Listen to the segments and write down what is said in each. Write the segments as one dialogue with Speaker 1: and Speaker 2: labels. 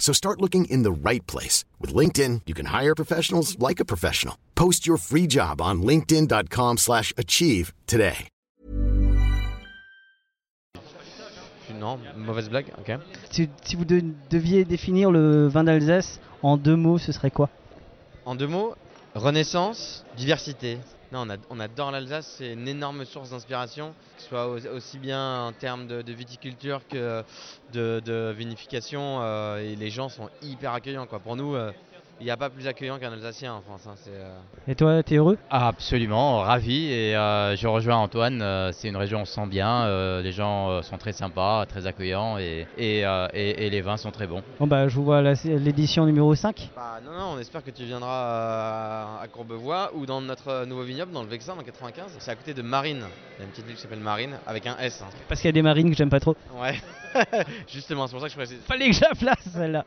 Speaker 1: So start looking in the right place. With LinkedIn, you can hire professionals like a professional. Post your free job on linkedin.com slash achieve today.
Speaker 2: Non, mauvaise blague, ok.
Speaker 3: Si, si vous de- deviez définir le vin d'Alsace en deux mots, ce serait quoi
Speaker 2: En deux mots, renaissance, diversité. Non, on, ad- on adore l'Alsace, c'est une énorme source d'inspiration, que ce soit au- aussi bien en termes de, de viticulture que de, de vinification. euh, et les gens sont hyper accueillants. Quoi. Pour nous, euh, il n'y a pas plus accueillant qu'un Alsacien en France. hein, c'est, euh,
Speaker 3: Et toi, t'es heureux
Speaker 4: Ah, Absolument, ravi et euh, je rejoins Antoine, euh, c'est une région où on se sent bien, euh, les gens euh, sont très sympas, très accueillants et, et, euh, et- et les vins sont très bons.
Speaker 3: Bon bah je vous vois la- l'édition numéro 5.
Speaker 2: Bah, non, non, on espère que tu viendras euh, à Courbevoie ou dans notre euh, nouveau vignoble, dans le Vexin, en 95. C'est à côté de Marine. Il y a une petite ville qui s'appelle Marine, avec un S. hein.
Speaker 3: Parce qu'il y a des marines que j'aime pas trop.
Speaker 2: Ouais, justement, c'est pour ça que je précise.
Speaker 3: Fallait que je la place celle-là.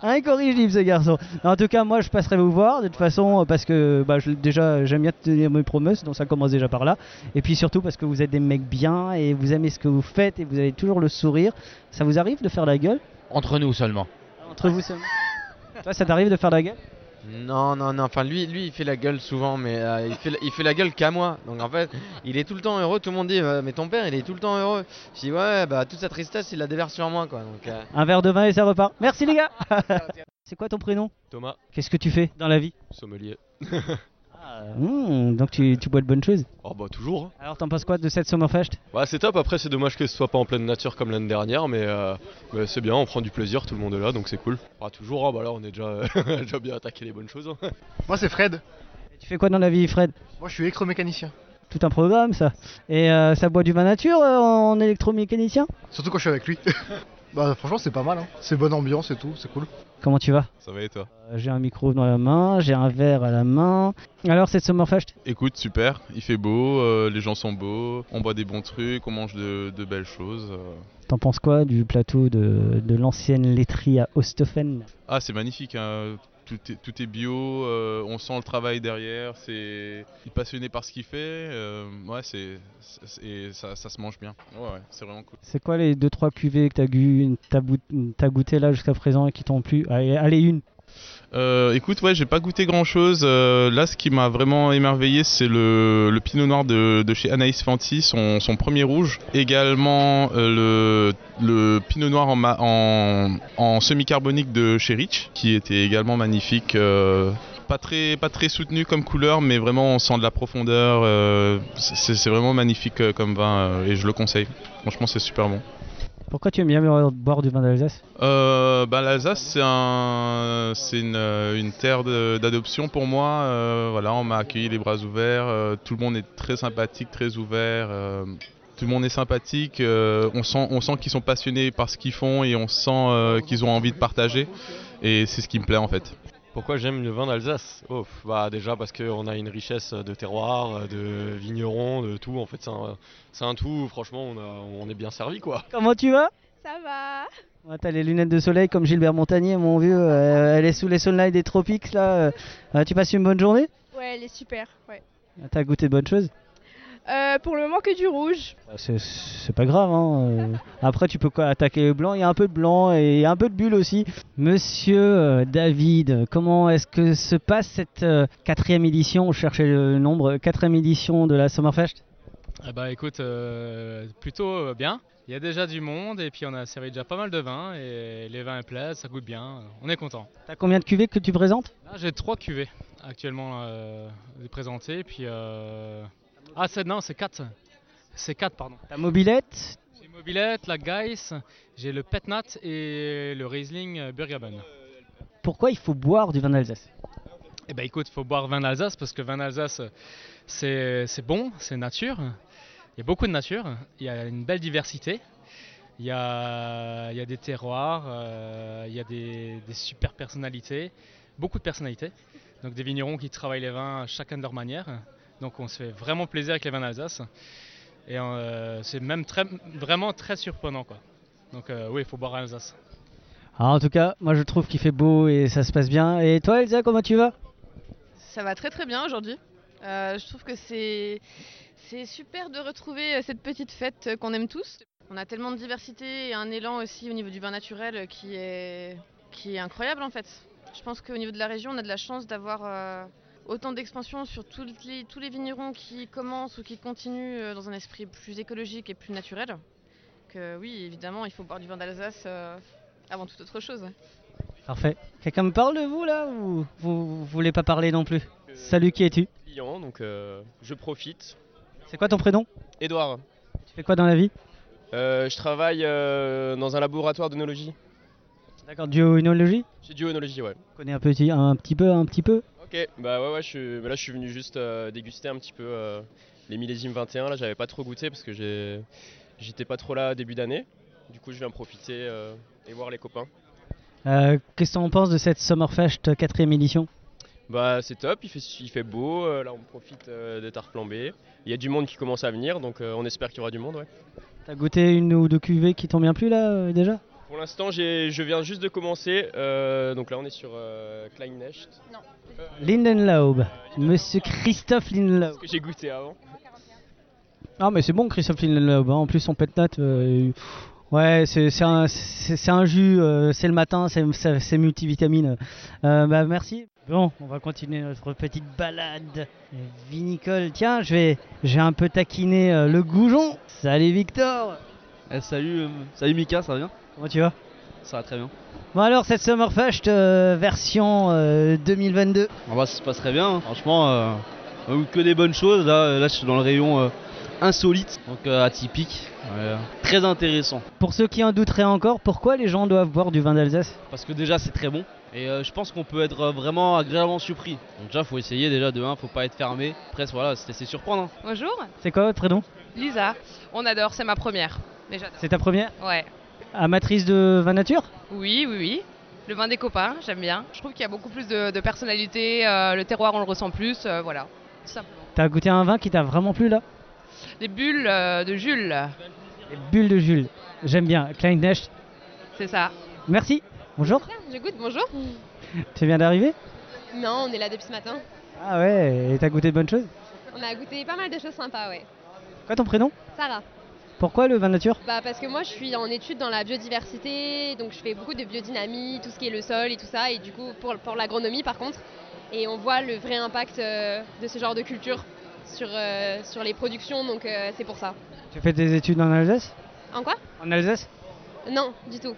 Speaker 3: Incorrigible ce garçon. En tout cas, moi je passerai vous voir de toute façon parce que bah, je- déjà j'aime bien tenir mes promesses, donc ça commence déjà par là. Et puis surtout parce que vous êtes des mecs bien et vous aimez ce que vous faites et vous avez toujours le sourire. Ça vous arrive de faire la gueule
Speaker 4: Entre nous seulement.
Speaker 3: Entre vous seulement Toi, ça t'arrive de faire la gueule
Speaker 2: Non, non, non. Enfin, lui, lui, il fait la gueule souvent, mais euh, il, fait la, il fait la gueule qu'à moi. Donc en fait, il est tout le temps heureux. Tout le monde dit, euh, mais ton père, il est tout le temps heureux. Je dis, ouais, bah toute sa tristesse, il la déverse sur moi, quoi. Donc euh,
Speaker 3: Un verre de vin et ça repart. Merci les gars C'est quoi ton prénom
Speaker 5: Thomas,
Speaker 3: Qu'est-ce que tu fais dans la vie
Speaker 5: sommelier.
Speaker 3: Hmm, Donc tu, tu bois de bonnes choses.
Speaker 5: Oh bah toujours. hein.
Speaker 3: Alors t'en penses quoi de cette Sommerfest
Speaker 5: Bah c'est top, après c'est dommage que ce soit pas en pleine nature comme l'année dernière, mais, euh, mais c'est bien, on prend du plaisir, tout le monde est là, donc c'est cool. Bah toujours, ah bah là on est déjà, euh, déjà bien attaqué les bonnes choses. hein.
Speaker 6: Moi, c'est Fred.
Speaker 3: Et Tu fais quoi dans la vie Fred
Speaker 6: Moi, je suis électromécanicien.
Speaker 3: Tout un programme ça. Et euh, ça boit du vin nature euh, en électromécanicien
Speaker 6: Surtout quand je suis avec lui. bah, franchement, c'est pas mal. Hein. C'est bonne ambiance et tout, c'est cool.
Speaker 3: Comment tu vas
Speaker 7: Ça va et toi
Speaker 3: Euh, J'ai un micro dans la main, j'ai un verre à la main. Alors cette Sommerfest
Speaker 7: Écoute, super, il fait beau, euh, les gens sont beaux, on boit des bons trucs, on mange de, de belles choses. euh.
Speaker 3: T'en penses quoi du plateau de, de l'ancienne laiterie à Ostofen
Speaker 7: Ah, c'est magnifique, hein, tout, est, tout est bio, euh, on sent le travail derrière, c'est il est passionné par ce qu'il fait, euh, ouais, c'est, c'est- et ça, ça se mange bien. Ouais, ouais, c'est vraiment cool.
Speaker 3: C'est quoi les 2-3 cuvées que t'as gu- t'as bout- t'as goûté là jusqu'à présent et qui t'ont plu allez, allez une
Speaker 7: Euh, écoute, ouais, j'ai pas goûté grand chose. là, ce qui m'a vraiment émerveillé, c'est le, le pinot noir de, de chez Anaïs Fanti, son, son premier rouge. Également euh, le, le pinot noir en, ma- en, en semi-carbonique de chez Rich, qui était également magnifique. euh, pas très, pas très soutenu comme couleur, mais vraiment on sent de la profondeur. euh, c'est c'est vraiment magnifique euh, comme vin euh, et je le conseille. Franchement, c'est super bon.
Speaker 3: Pourquoi tu aimes bien boire- boire du vin d'Alsace
Speaker 7: Euh, bah, L'Alsace, c'est un, c'est une, euh, une terre de- d'adoption pour moi. Euh, voilà, on m'a accueilli les bras ouverts. euh, tout le monde est très sympathique, très ouvert. euh, tout le monde est sympathique. euh, on sent, on sent qu'ils sont passionnés par ce qu'ils font et on sent euh, qu'ils ont envie de partager. Et c'est ce qui me plaît en fait.
Speaker 5: Pourquoi j'aime le vin d'Alsace Oh, pff, bah déjà parce qu'on a une richesse de terroirs, de vignerons, de tout. En fait, c'est un, c'est un tout. Franchement, on, a- on est bien servi quoi.
Speaker 3: Comment tu vas
Speaker 8: Ça va
Speaker 3: Ouais, T'as les lunettes de soleil comme Gilbert Montagnier, mon vieux. euh, elle est sous les sunlights des tropiques là. euh. Euh, tu passes une bonne journée Ah,
Speaker 8: Ouais, elle est super, ouais.
Speaker 3: T'as goûté de bonnes choses
Speaker 9: Euh, pour le moment, que du rouge.
Speaker 3: Bah, C'est c'est pas grave. Hein. euh. Après, tu peux quoi, attaquer le blanc. Il y a un peu de blanc et un peu de bulle aussi. Monsieur euh, David, comment est-ce que se passe cette euh, quatrième édition On cherchait le nombre. Quatrième édition de la Summerfest
Speaker 10: Ah bah écoute, euh, plutôt euh, bien. Il y a déjà du monde et puis on a servi déjà pas mal de vins et les vins à place, ça goûte bien, on est content.
Speaker 3: T'as combien de cuvées que tu présentes
Speaker 10: Là j'ai trois cuvées actuellement euh, présentées puis euh, ah c'est non c'est quatre, c'est quatre pardon.
Speaker 3: La mobilette
Speaker 10: J'ai Mobilette, la Geiss, j'ai le Petnat et le Riesling euh, Burgaben.
Speaker 3: Pourquoi il faut boire du vin d'Alsace
Speaker 10: Eh ben écoute, faut boire vin d'Alsace parce que vin d'Alsace, euh, c'est c'est bon, c'est nature. Il y a beaucoup de nature, il y a une belle diversité. Il y a, il y a des terroirs, euh, il y a des, des super personnalités, beaucoup de personnalités. Donc des vignerons qui travaillent les vins chacun de leur manière. Donc on se fait vraiment plaisir avec les vins d'Alsace. Et euh, c'est même très, vraiment très surprenant. quoi. Donc euh, oui, il faut boire à Alsace.
Speaker 3: Ah, En tout cas, moi je trouve qu'il fait beau et ça se passe bien. Et toi, Elsa, comment tu vas
Speaker 9: Ça va très très bien aujourd'hui. Euh, je trouve que c'est c'est super de retrouver euh, cette petite fête euh, qu'on aime tous. On a tellement de diversité et un élan aussi au niveau du vin naturel euh, qui est qui est incroyable en fait. Je pense qu'au niveau de la région, on a de la chance d'avoir euh, autant d'expansion sur toutes les- tous les vignerons qui commencent ou qui continuent euh, dans un esprit plus écologique et plus naturel. Que oui, évidemment, il faut boire du vin d'Alsace euh, avant toute autre chose.
Speaker 3: Parfait. Quelqu'un me parle de vous là ou vous, vous voulez pas parler non plus Salut, qui es-tu
Speaker 2: client, donc euh, je profite.
Speaker 3: C'est quoi ton prénom
Speaker 2: Edouard,
Speaker 3: Tu fais quoi dans la vie
Speaker 2: euh, je travaille euh, dans un laboratoire d'onologie.
Speaker 3: D'accord, duo-œnologie
Speaker 2: J'ai du onologie, ouais.
Speaker 3: Je connais un petit, un petit peu, un petit peu.
Speaker 2: Ok, bah ouais, ouais, je suis, bah là je suis venu juste euh, déguster un petit peu euh, les millésimes 21. Là, j'avais pas trop goûté parce que j'ai, j'étais pas trop là début d'année. Du coup, je viens profiter euh, et voir les copains.
Speaker 3: Euh, Qu'est-ce qu'on pense de cette Summerfest 4 édition
Speaker 2: Bah c'est top, il fait, il fait beau. euh, là, on profite euh, des tartes flambées. Il y a du monde qui commence à venir, donc euh, on espère qu'il y aura du monde, ouais.
Speaker 3: T'as goûté une ou deux cuvées qui t'ont bien plu là euh, déjà
Speaker 2: Pour l'instant, j'ai, je viens juste de commencer. euh, donc là, on est sur euh, Kleinnecht. Non.
Speaker 3: Lindenlaub, Monsieur Christophe Lindenlaub.
Speaker 2: que j'ai goûté avant.
Speaker 3: Ah mais c'est bon Christophe Lindenlaub, hein. en plus son pet nat, euh, ouais c'est c'est un, c'est- c'est un jus, euh, c'est le matin, c'est- c'est c'est multivitamine. Euh, bah merci. Bon, on va continuer notre petite balade vinicole. Tiens, je vais, j'ai un peu taquiné euh, le goujon. Salut Victor.
Speaker 11: salut, euh, salut Mika, ça va bien
Speaker 3: Comment tu vas
Speaker 11: Ça va très bien.
Speaker 3: Bon alors cette Summerfest euh, version euh, 2022.
Speaker 11: On va, ça se passe très bien, hein. franchement, euh, on a eu que des bonnes choses. Là, euh, là je suis dans le rayon euh, insolite, donc euh, atypique, Ouais, très intéressant.
Speaker 3: Pour ceux qui en douteraient encore, pourquoi les gens doivent boire du vin d'Alsace
Speaker 11: Parce que déjà c'est très bon et euh, je pense qu'on peut être euh, vraiment agréablement surpris. Donc déjà faut essayer déjà de 1, faut pas être fermé. Après voilà, c'est c'est surprendre. hein.
Speaker 12: Bonjour,
Speaker 3: C'est quoi votre prénom
Speaker 12: Lisa. On adore, c'est ma première. Mais j'adore.
Speaker 3: C'est ta première
Speaker 12: Ouais.
Speaker 3: Amatrice de vin nature
Speaker 12: Oui, oui, oui. Le vin des copains, j'aime bien. Je trouve qu'il y a beaucoup plus de, de personnalité. euh, le terroir, on le ressent plus. euh, voilà. Tout simplement.
Speaker 3: T'as goûté un vin qui t'a vraiment plu là
Speaker 12: Les bulles euh, de Jules,
Speaker 3: Les bulles de Jules. J'aime bien. Kleinnecht.
Speaker 12: c'est ça.
Speaker 3: Merci. Bonjour.
Speaker 13: Je goûte, bonjour.
Speaker 3: Tu viens d'arriver
Speaker 13: Non, on est là depuis ce matin.
Speaker 3: Ah ouais, et t'as goûté de bonnes choses
Speaker 13: On a goûté pas mal de choses sympas, ouais.
Speaker 3: Quoi ton prénom
Speaker 13: Sarah.
Speaker 3: Pourquoi le vin nature
Speaker 13: Bah parce que moi je suis en étude dans la biodiversité, donc je fais beaucoup de biodynamie, tout ce qui est le sol et tout ça, et du coup pour, pour l'agronomie par contre, et on voit le vrai impact euh, de ce genre de culture sur, euh, sur les productions, donc euh, c'est pour ça.
Speaker 3: Tu fais tes études en Alsace
Speaker 13: En quoi
Speaker 3: En Alsace
Speaker 13: Non, du tout.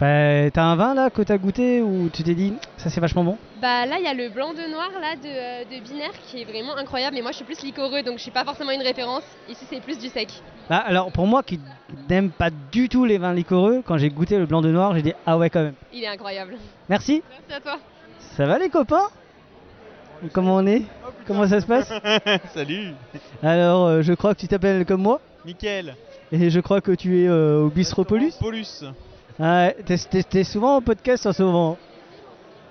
Speaker 3: Bah t'as un vin là que t'as goûté ou tu t'es dit ça c'est vachement bon
Speaker 13: Bah là il y a le blanc de noir là de, euh, de binaire qui est vraiment incroyable, mais moi je suis plus licoreux, donc je suis pas forcément une référence. Ici c'est plus du sec.
Speaker 3: Ah, alors pour moi qui n'aime pas du tout les vins liquoreux, quand j'ai goûté le blanc de noir j'ai dit ah ouais quand même.
Speaker 13: Il est incroyable.
Speaker 3: Merci.
Speaker 13: Merci à toi.
Speaker 3: Ça va les copains Comment on est Comment ça se passe
Speaker 14: Salut
Speaker 3: Alors euh, je crois que tu t'appelles comme moi
Speaker 14: Nickel
Speaker 3: et je crois que tu es euh, au Bistropolis.
Speaker 14: Paulus
Speaker 3: Ouais, t'es- t'es t'es souvent en podcast en ce moment.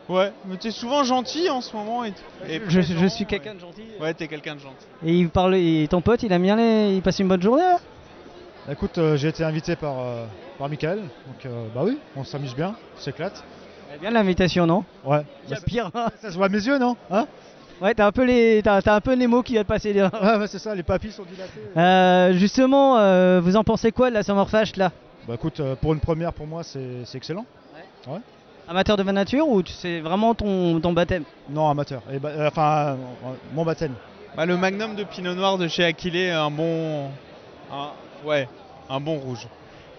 Speaker 14: Ouais, mais t'es souvent gentil en ce moment et, et
Speaker 3: Je- je
Speaker 14: présent,
Speaker 3: suis quelqu'un
Speaker 14: ouais. de gentil. Ouais, t'es quelqu'un de gentil.
Speaker 3: Et il parle, et ton pote, il aime bien les, il passe une bonne journée. hein là
Speaker 5: Écoute, euh, j'ai été invité par, euh, par Michael, donc euh, bah oui, on s'amuse bien, on s'éclate.
Speaker 3: Bien l'invitation, non
Speaker 5: Ouais.
Speaker 3: Il y a pire.
Speaker 5: Ça se voit à mes yeux, non hein
Speaker 3: Ouais, t'as un peu les, t'as, t'as un peu les mots qui viennent passer là.
Speaker 15: Ouais, bah, c'est ça, les papilles sont dilatées.
Speaker 3: Euh, justement, euh, vous en pensez quoi de la Summer Fest, là
Speaker 15: Bah écoute, euh, pour une première, pour moi, c'est c'est excellent. Ouais.
Speaker 3: Amateur de nature ou tu- c'est vraiment ton, ton baptême
Speaker 15: Non, amateur. Et bah, euh, enfin, euh, mon baptême.
Speaker 16: Bah, le magnum de Pinot Noir de chez Aquilé, un bon. un- ouais, un bon rouge.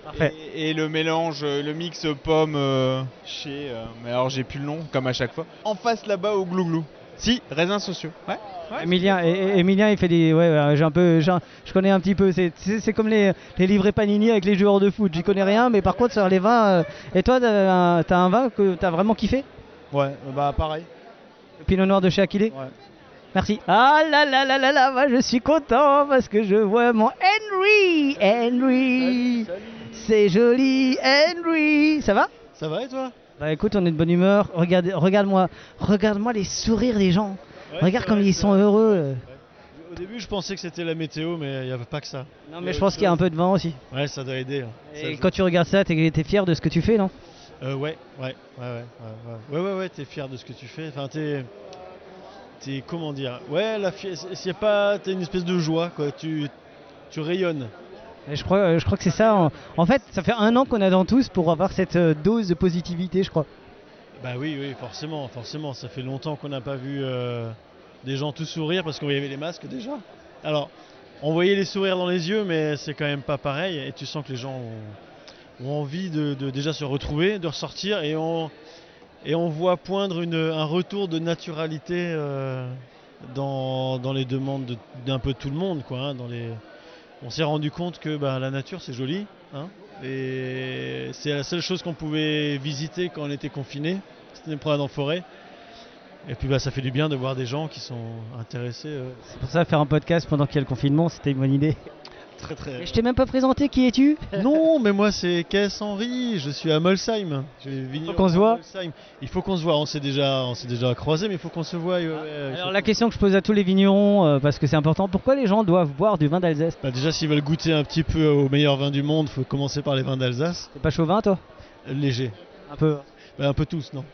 Speaker 3: Parfait.
Speaker 16: Et, et le mélange, euh, le mix pomme euh, chez. euh, mais alors j'ai plus le nom, comme à chaque fois. En face là-bas au glouglou. Si, raisins sociaux. Ouais.
Speaker 3: Emilien, et- et- Emilien, il fait des. Ouais, ouais, j'ai un peu, j'ai un- je connais un petit peu. C'est, c'est, c'est comme les, les livrets panini avec les joueurs de foot. J'y connais rien, mais par contre, sur les vins. euh, et toi, t'as un, t'as un vin que t'as vraiment kiffé
Speaker 15: Ouais, euh, bah pareil.
Speaker 3: Le Pinot noir de chez Aquilé Merci. Ah là là là là là, moi je suis content parce que je vois mon Henry. Henry. C'est joli, Henry. Ça va
Speaker 15: Ça va et toi
Speaker 3: Bah écoute, on est de bonne humeur. Regarde, regarde-moi, regarde-moi les sourires des gens.
Speaker 17: Ouais,
Speaker 3: regarde
Speaker 17: c'est
Speaker 3: comme
Speaker 17: vrai,
Speaker 3: ils
Speaker 17: c'est
Speaker 3: sont
Speaker 17: vrai.
Speaker 3: heureux.
Speaker 17: Au début, je pensais que c'était la météo, mais il n'y avait pas que ça.
Speaker 3: Non, mais je pense qu'il y a un peu de vent aussi.
Speaker 17: Ouais, ça doit aider. hein. Ça
Speaker 3: Et
Speaker 17: joue.
Speaker 3: quand tu regardes ça, t'es, t'es fier de ce que tu fais, non
Speaker 17: Euh, ouais, ouais, ouais, ouais, ouais, ouais, ouais, ouais, ouais, t'es fier de ce que tu fais. Enfin, t'es, t'es comment dire Ouais, la fi- c'est- c'est pas, t'as une espèce de joie, quoi. Tu, tu rayonnes.
Speaker 3: Et je crois, euh, je crois que c'est ça. En, en fait, ça fait un an qu'on attend tous pour avoir cette euh, dose de positivité, je crois.
Speaker 17: Bah oui, oui, forcément, forcément. Ça fait longtemps qu'on n'a pas vu euh, des gens tous sourire parce qu'on y avait les masques déjà. Alors, on voyait les sourires dans les yeux, mais c'est quand même pas pareil. Et tu sens que les gens ont, ont envie de, de déjà se retrouver, de ressortir, et on et on voit poindre une- un retour de naturalité euh, dans, dans les demandes de- d'un peu tout le monde, quoi. hein, dans les, on s'est rendu compte que bah, la nature c'est joli, hein, et c'est la seule chose qu'on pouvait visiter quand on était confiné. C'était une promenade en forêt. Et puis bah, ça fait du bien de voir des gens qui sont intéressés. euh.
Speaker 3: C'est pour ça, faire un podcast pendant qu'il y a le confinement, c'était une bonne idée.
Speaker 17: Très très.
Speaker 3: Et je t'ai même pas présenté, qui es-tu
Speaker 17: Non, mais moi Ah, c'est K.S. Henry, je suis à Molsheim. Je suis vigneron
Speaker 3: qu'on se
Speaker 17: à
Speaker 3: voit.
Speaker 17: Molsheim. Il faut qu'on se voit, on s'est déjà, on s'est déjà croisé, mais il faut qu'on se voie. ouais, ouais,
Speaker 3: Ah, Alors la question que je pose à tous les vignerons, euh, parce que c'est important, pourquoi les gens doivent boire du vin d'Alsace
Speaker 17: Bah, déjà, s'ils veulent goûter un petit peu aux meilleurs vins du monde, faut commencer par les vins d'Alsace.
Speaker 3: T'es pas chauvin, toi
Speaker 17: Léger.
Speaker 3: Un peu. hein.
Speaker 17: Bah, un peu tous, non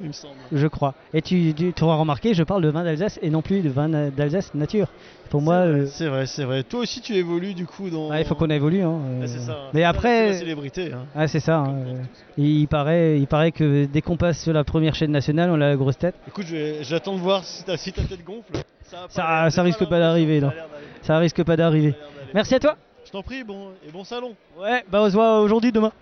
Speaker 17: Il me semble.
Speaker 3: Je crois. Et tu, tu auras remarqué, je parle de vin d'Alsace et non plus de vin na- d'Alsace nature. Pour moi, euh,
Speaker 17: C'est vrai, c'est vrai. Toi aussi, tu évolues du coup dans.
Speaker 3: ouais, il faut qu'on évolue. hein, euh,
Speaker 17: Ah, c'est ça.
Speaker 3: Mais
Speaker 17: Ça,
Speaker 3: après,
Speaker 17: c'est la célébrité, hein.
Speaker 3: Ah, c'est ça. hein, euh, il paraît, il paraît que dès qu'on passe sur la première chaîne nationale, on a la grosse tête.
Speaker 17: Écoute, je vais- j'attends de voir si ta, si ta tête gonfle. Ça, a pas
Speaker 3: Ça,
Speaker 17: l'air-
Speaker 3: ça risque pas d'arriver, non. Ça risque pas d'arriver. Merci à toi.
Speaker 17: Je t'en prie, bon et bon salon.
Speaker 3: Ouais, bah on se voit aujourd'hui, demain.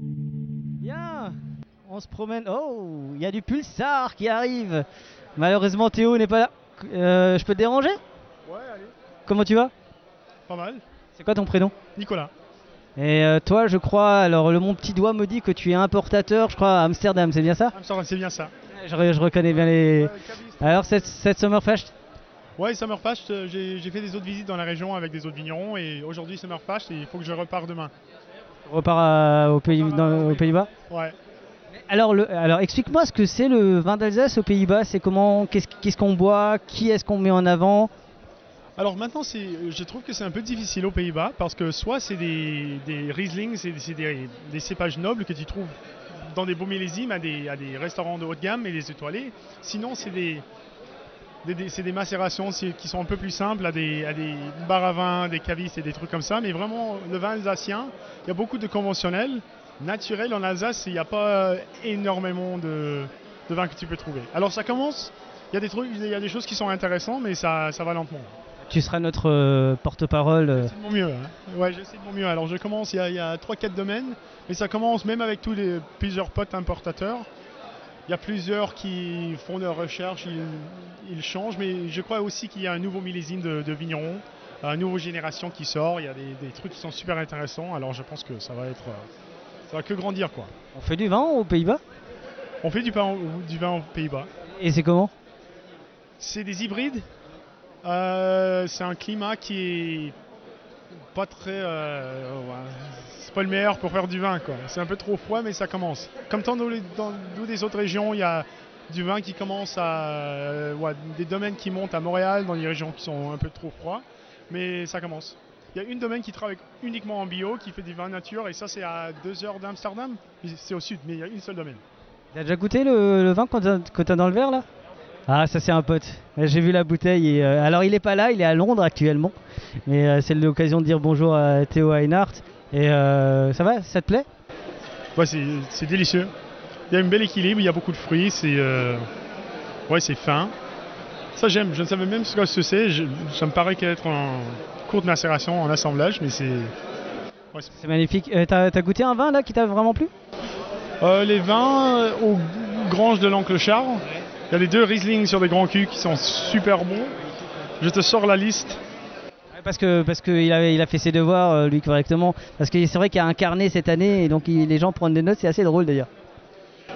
Speaker 3: Bien, on se promène. Oh, il y a du pulsar qui arrive. Malheureusement, Théo n'est pas là. Euh, je peux te déranger
Speaker 15: Ouais, allez.
Speaker 3: Comment tu vas
Speaker 15: Pas mal.
Speaker 3: C'est quoi ton prénom
Speaker 15: Nicolas.
Speaker 3: Et euh, toi, je crois, alors le, mon petit doigt me dit que tu es importateur, je crois, à Amsterdam, c'est bien ça
Speaker 15: Amsterdam, c'est bien ça.
Speaker 3: je, re- je reconnais bien les. Alors, cette, cette Summerfest,
Speaker 16: Ouais, Summerfast, euh, j'ai j'ai fait des autres visites dans la région avec des autres vignerons et aujourd'hui Summerfast et il faut que je repars demain.
Speaker 3: repart à- aux euh, Pays- dans- aux Pays-Bas
Speaker 16: Ouais.
Speaker 3: alors, le- alors explique-moi ce que c'est le vin d'Alsace aux Pays-Bas, c'est comment, qu'est-ce qu'est-ce qu'on boit, qui est-ce qu'on met en avant
Speaker 16: Alors maintenant, c'est, je trouve que c'est un peu difficile aux Pays-Bas parce que soit c'est des, des Riesling, c'est, c'est des, des cépages nobles que tu trouves dans des beaux millésimes à des, à des restaurants de haut de gamme et des étoilés. Sinon, c'est des, des- des- c'est des macérations c'est- qui sont un peu plus simples à des, à des bars à vin, des cavistes et des trucs comme ça. Mais vraiment, le vin alsacien, il y a beaucoup de conventionnels. Naturel en Alsace, il n'y a pas énormément de, de vins que tu peux trouver. Alors ça commence, il y a des trucs, il y a des choses qui sont intéressantes, mais ça, ça va lentement.
Speaker 3: Tu seras notre euh, porte-parole. euh.
Speaker 16: C'est de mon mieux. hein. Ouais, j'essaie de mon mieux. Alors je commence, il y a, il y a 3-4 domaines, mais ça commence même avec tous les plusieurs potes importateurs. Il y a plusieurs qui font leurs recherches, ils, ils changent, mais je crois aussi qu'il y a un nouveau millésime de, de vignerons, une nouvelle génération qui sort. Il y a des, des trucs qui sont super intéressants. Alors je pense que ça va être, euh, ça va que grandir quoi.
Speaker 3: On fait du vin aux Pays-Bas
Speaker 16: On fait du, pain, du vin aux Pays-Bas.
Speaker 3: Et c'est comment
Speaker 16: C'est des hybrides. Euh, c'est un climat qui est pas très. euh, ouais, c'est pas le meilleur pour faire du vin, quoi. C'est un peu trop froid, mais ça commence. Comme tant dans, les- dans- dans les autres régions, il y a du vin qui commence à. euh, ouais, des domaines qui montent à Montréal, dans les régions qui sont un peu trop froides, mais ça commence. Il y a une domaine qui travaille uniquement en bio, qui fait du vin nature, et ça, c'est à deux heures d'Amsterdam. C'est au sud, mais il y a une seule domaine.
Speaker 3: T'as déjà goûté le, le vin qu'on t'a qu'on t'a dans le verre là Ah, ça c'est un pote. Euh, J'ai vu la bouteille. et, euh, alors il est pas là, il est à Londres actuellement. Mais euh, c'est l'occasion de dire bonjour à Théo Einhardt. Et euh, ça va Ça te plaît
Speaker 16: Ouais, c'est c'est délicieux. Il y a un bel équilibre, il y a beaucoup de fruits, c'est euh, ouais, c'est fin. Ça j'aime, je ne savais même ce que c'est, je- ça me paraît qu'être en courte macération, en assemblage, mais c'est...
Speaker 3: C'est magnifique. Euh, T'as t'as goûté un vin là qui t'a vraiment plu
Speaker 16: Euh, les vins euh, aux granges de l'oncle Charles, il y a les deux Riesling sur des grands culs qui sont super bons. Je te sors la liste.
Speaker 3: Ouais, Parce que parce que il a, il a fait ses devoirs euh, lui correctement. Parce que c'est vrai qu'il a incarné cette année et donc il- les gens prennent des notes. C'est assez drôle d'ailleurs.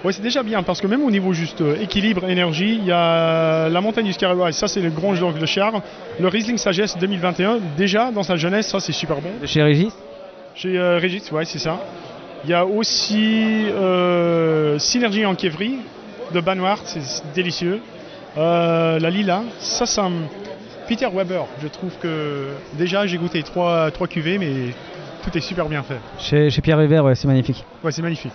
Speaker 16: Ouais, c'est déjà bien parce que même au niveau juste euh, équilibre, énergie, il y a la montagne du Scarabois, ça c'est le grand jeu de Charles. Le Riesling Sagesse 2021, déjà dans sa jeunesse, ça c'est super bon.
Speaker 3: Chez Régis
Speaker 16: Chez euh, Régis, ouais, c'est ça. Il y a aussi euh, Synergie en Kévry de Banoir, c'est c'est délicieux. Euh, la Lila, ça, ça me- Peter Weber, je trouve que déjà j'ai goûté trois, trois cuvées, mais tout est super bien fait.
Speaker 3: Chez, chez Pierre Hubert, ouais, c'est magnifique.
Speaker 16: Ouais, c'est magnifique.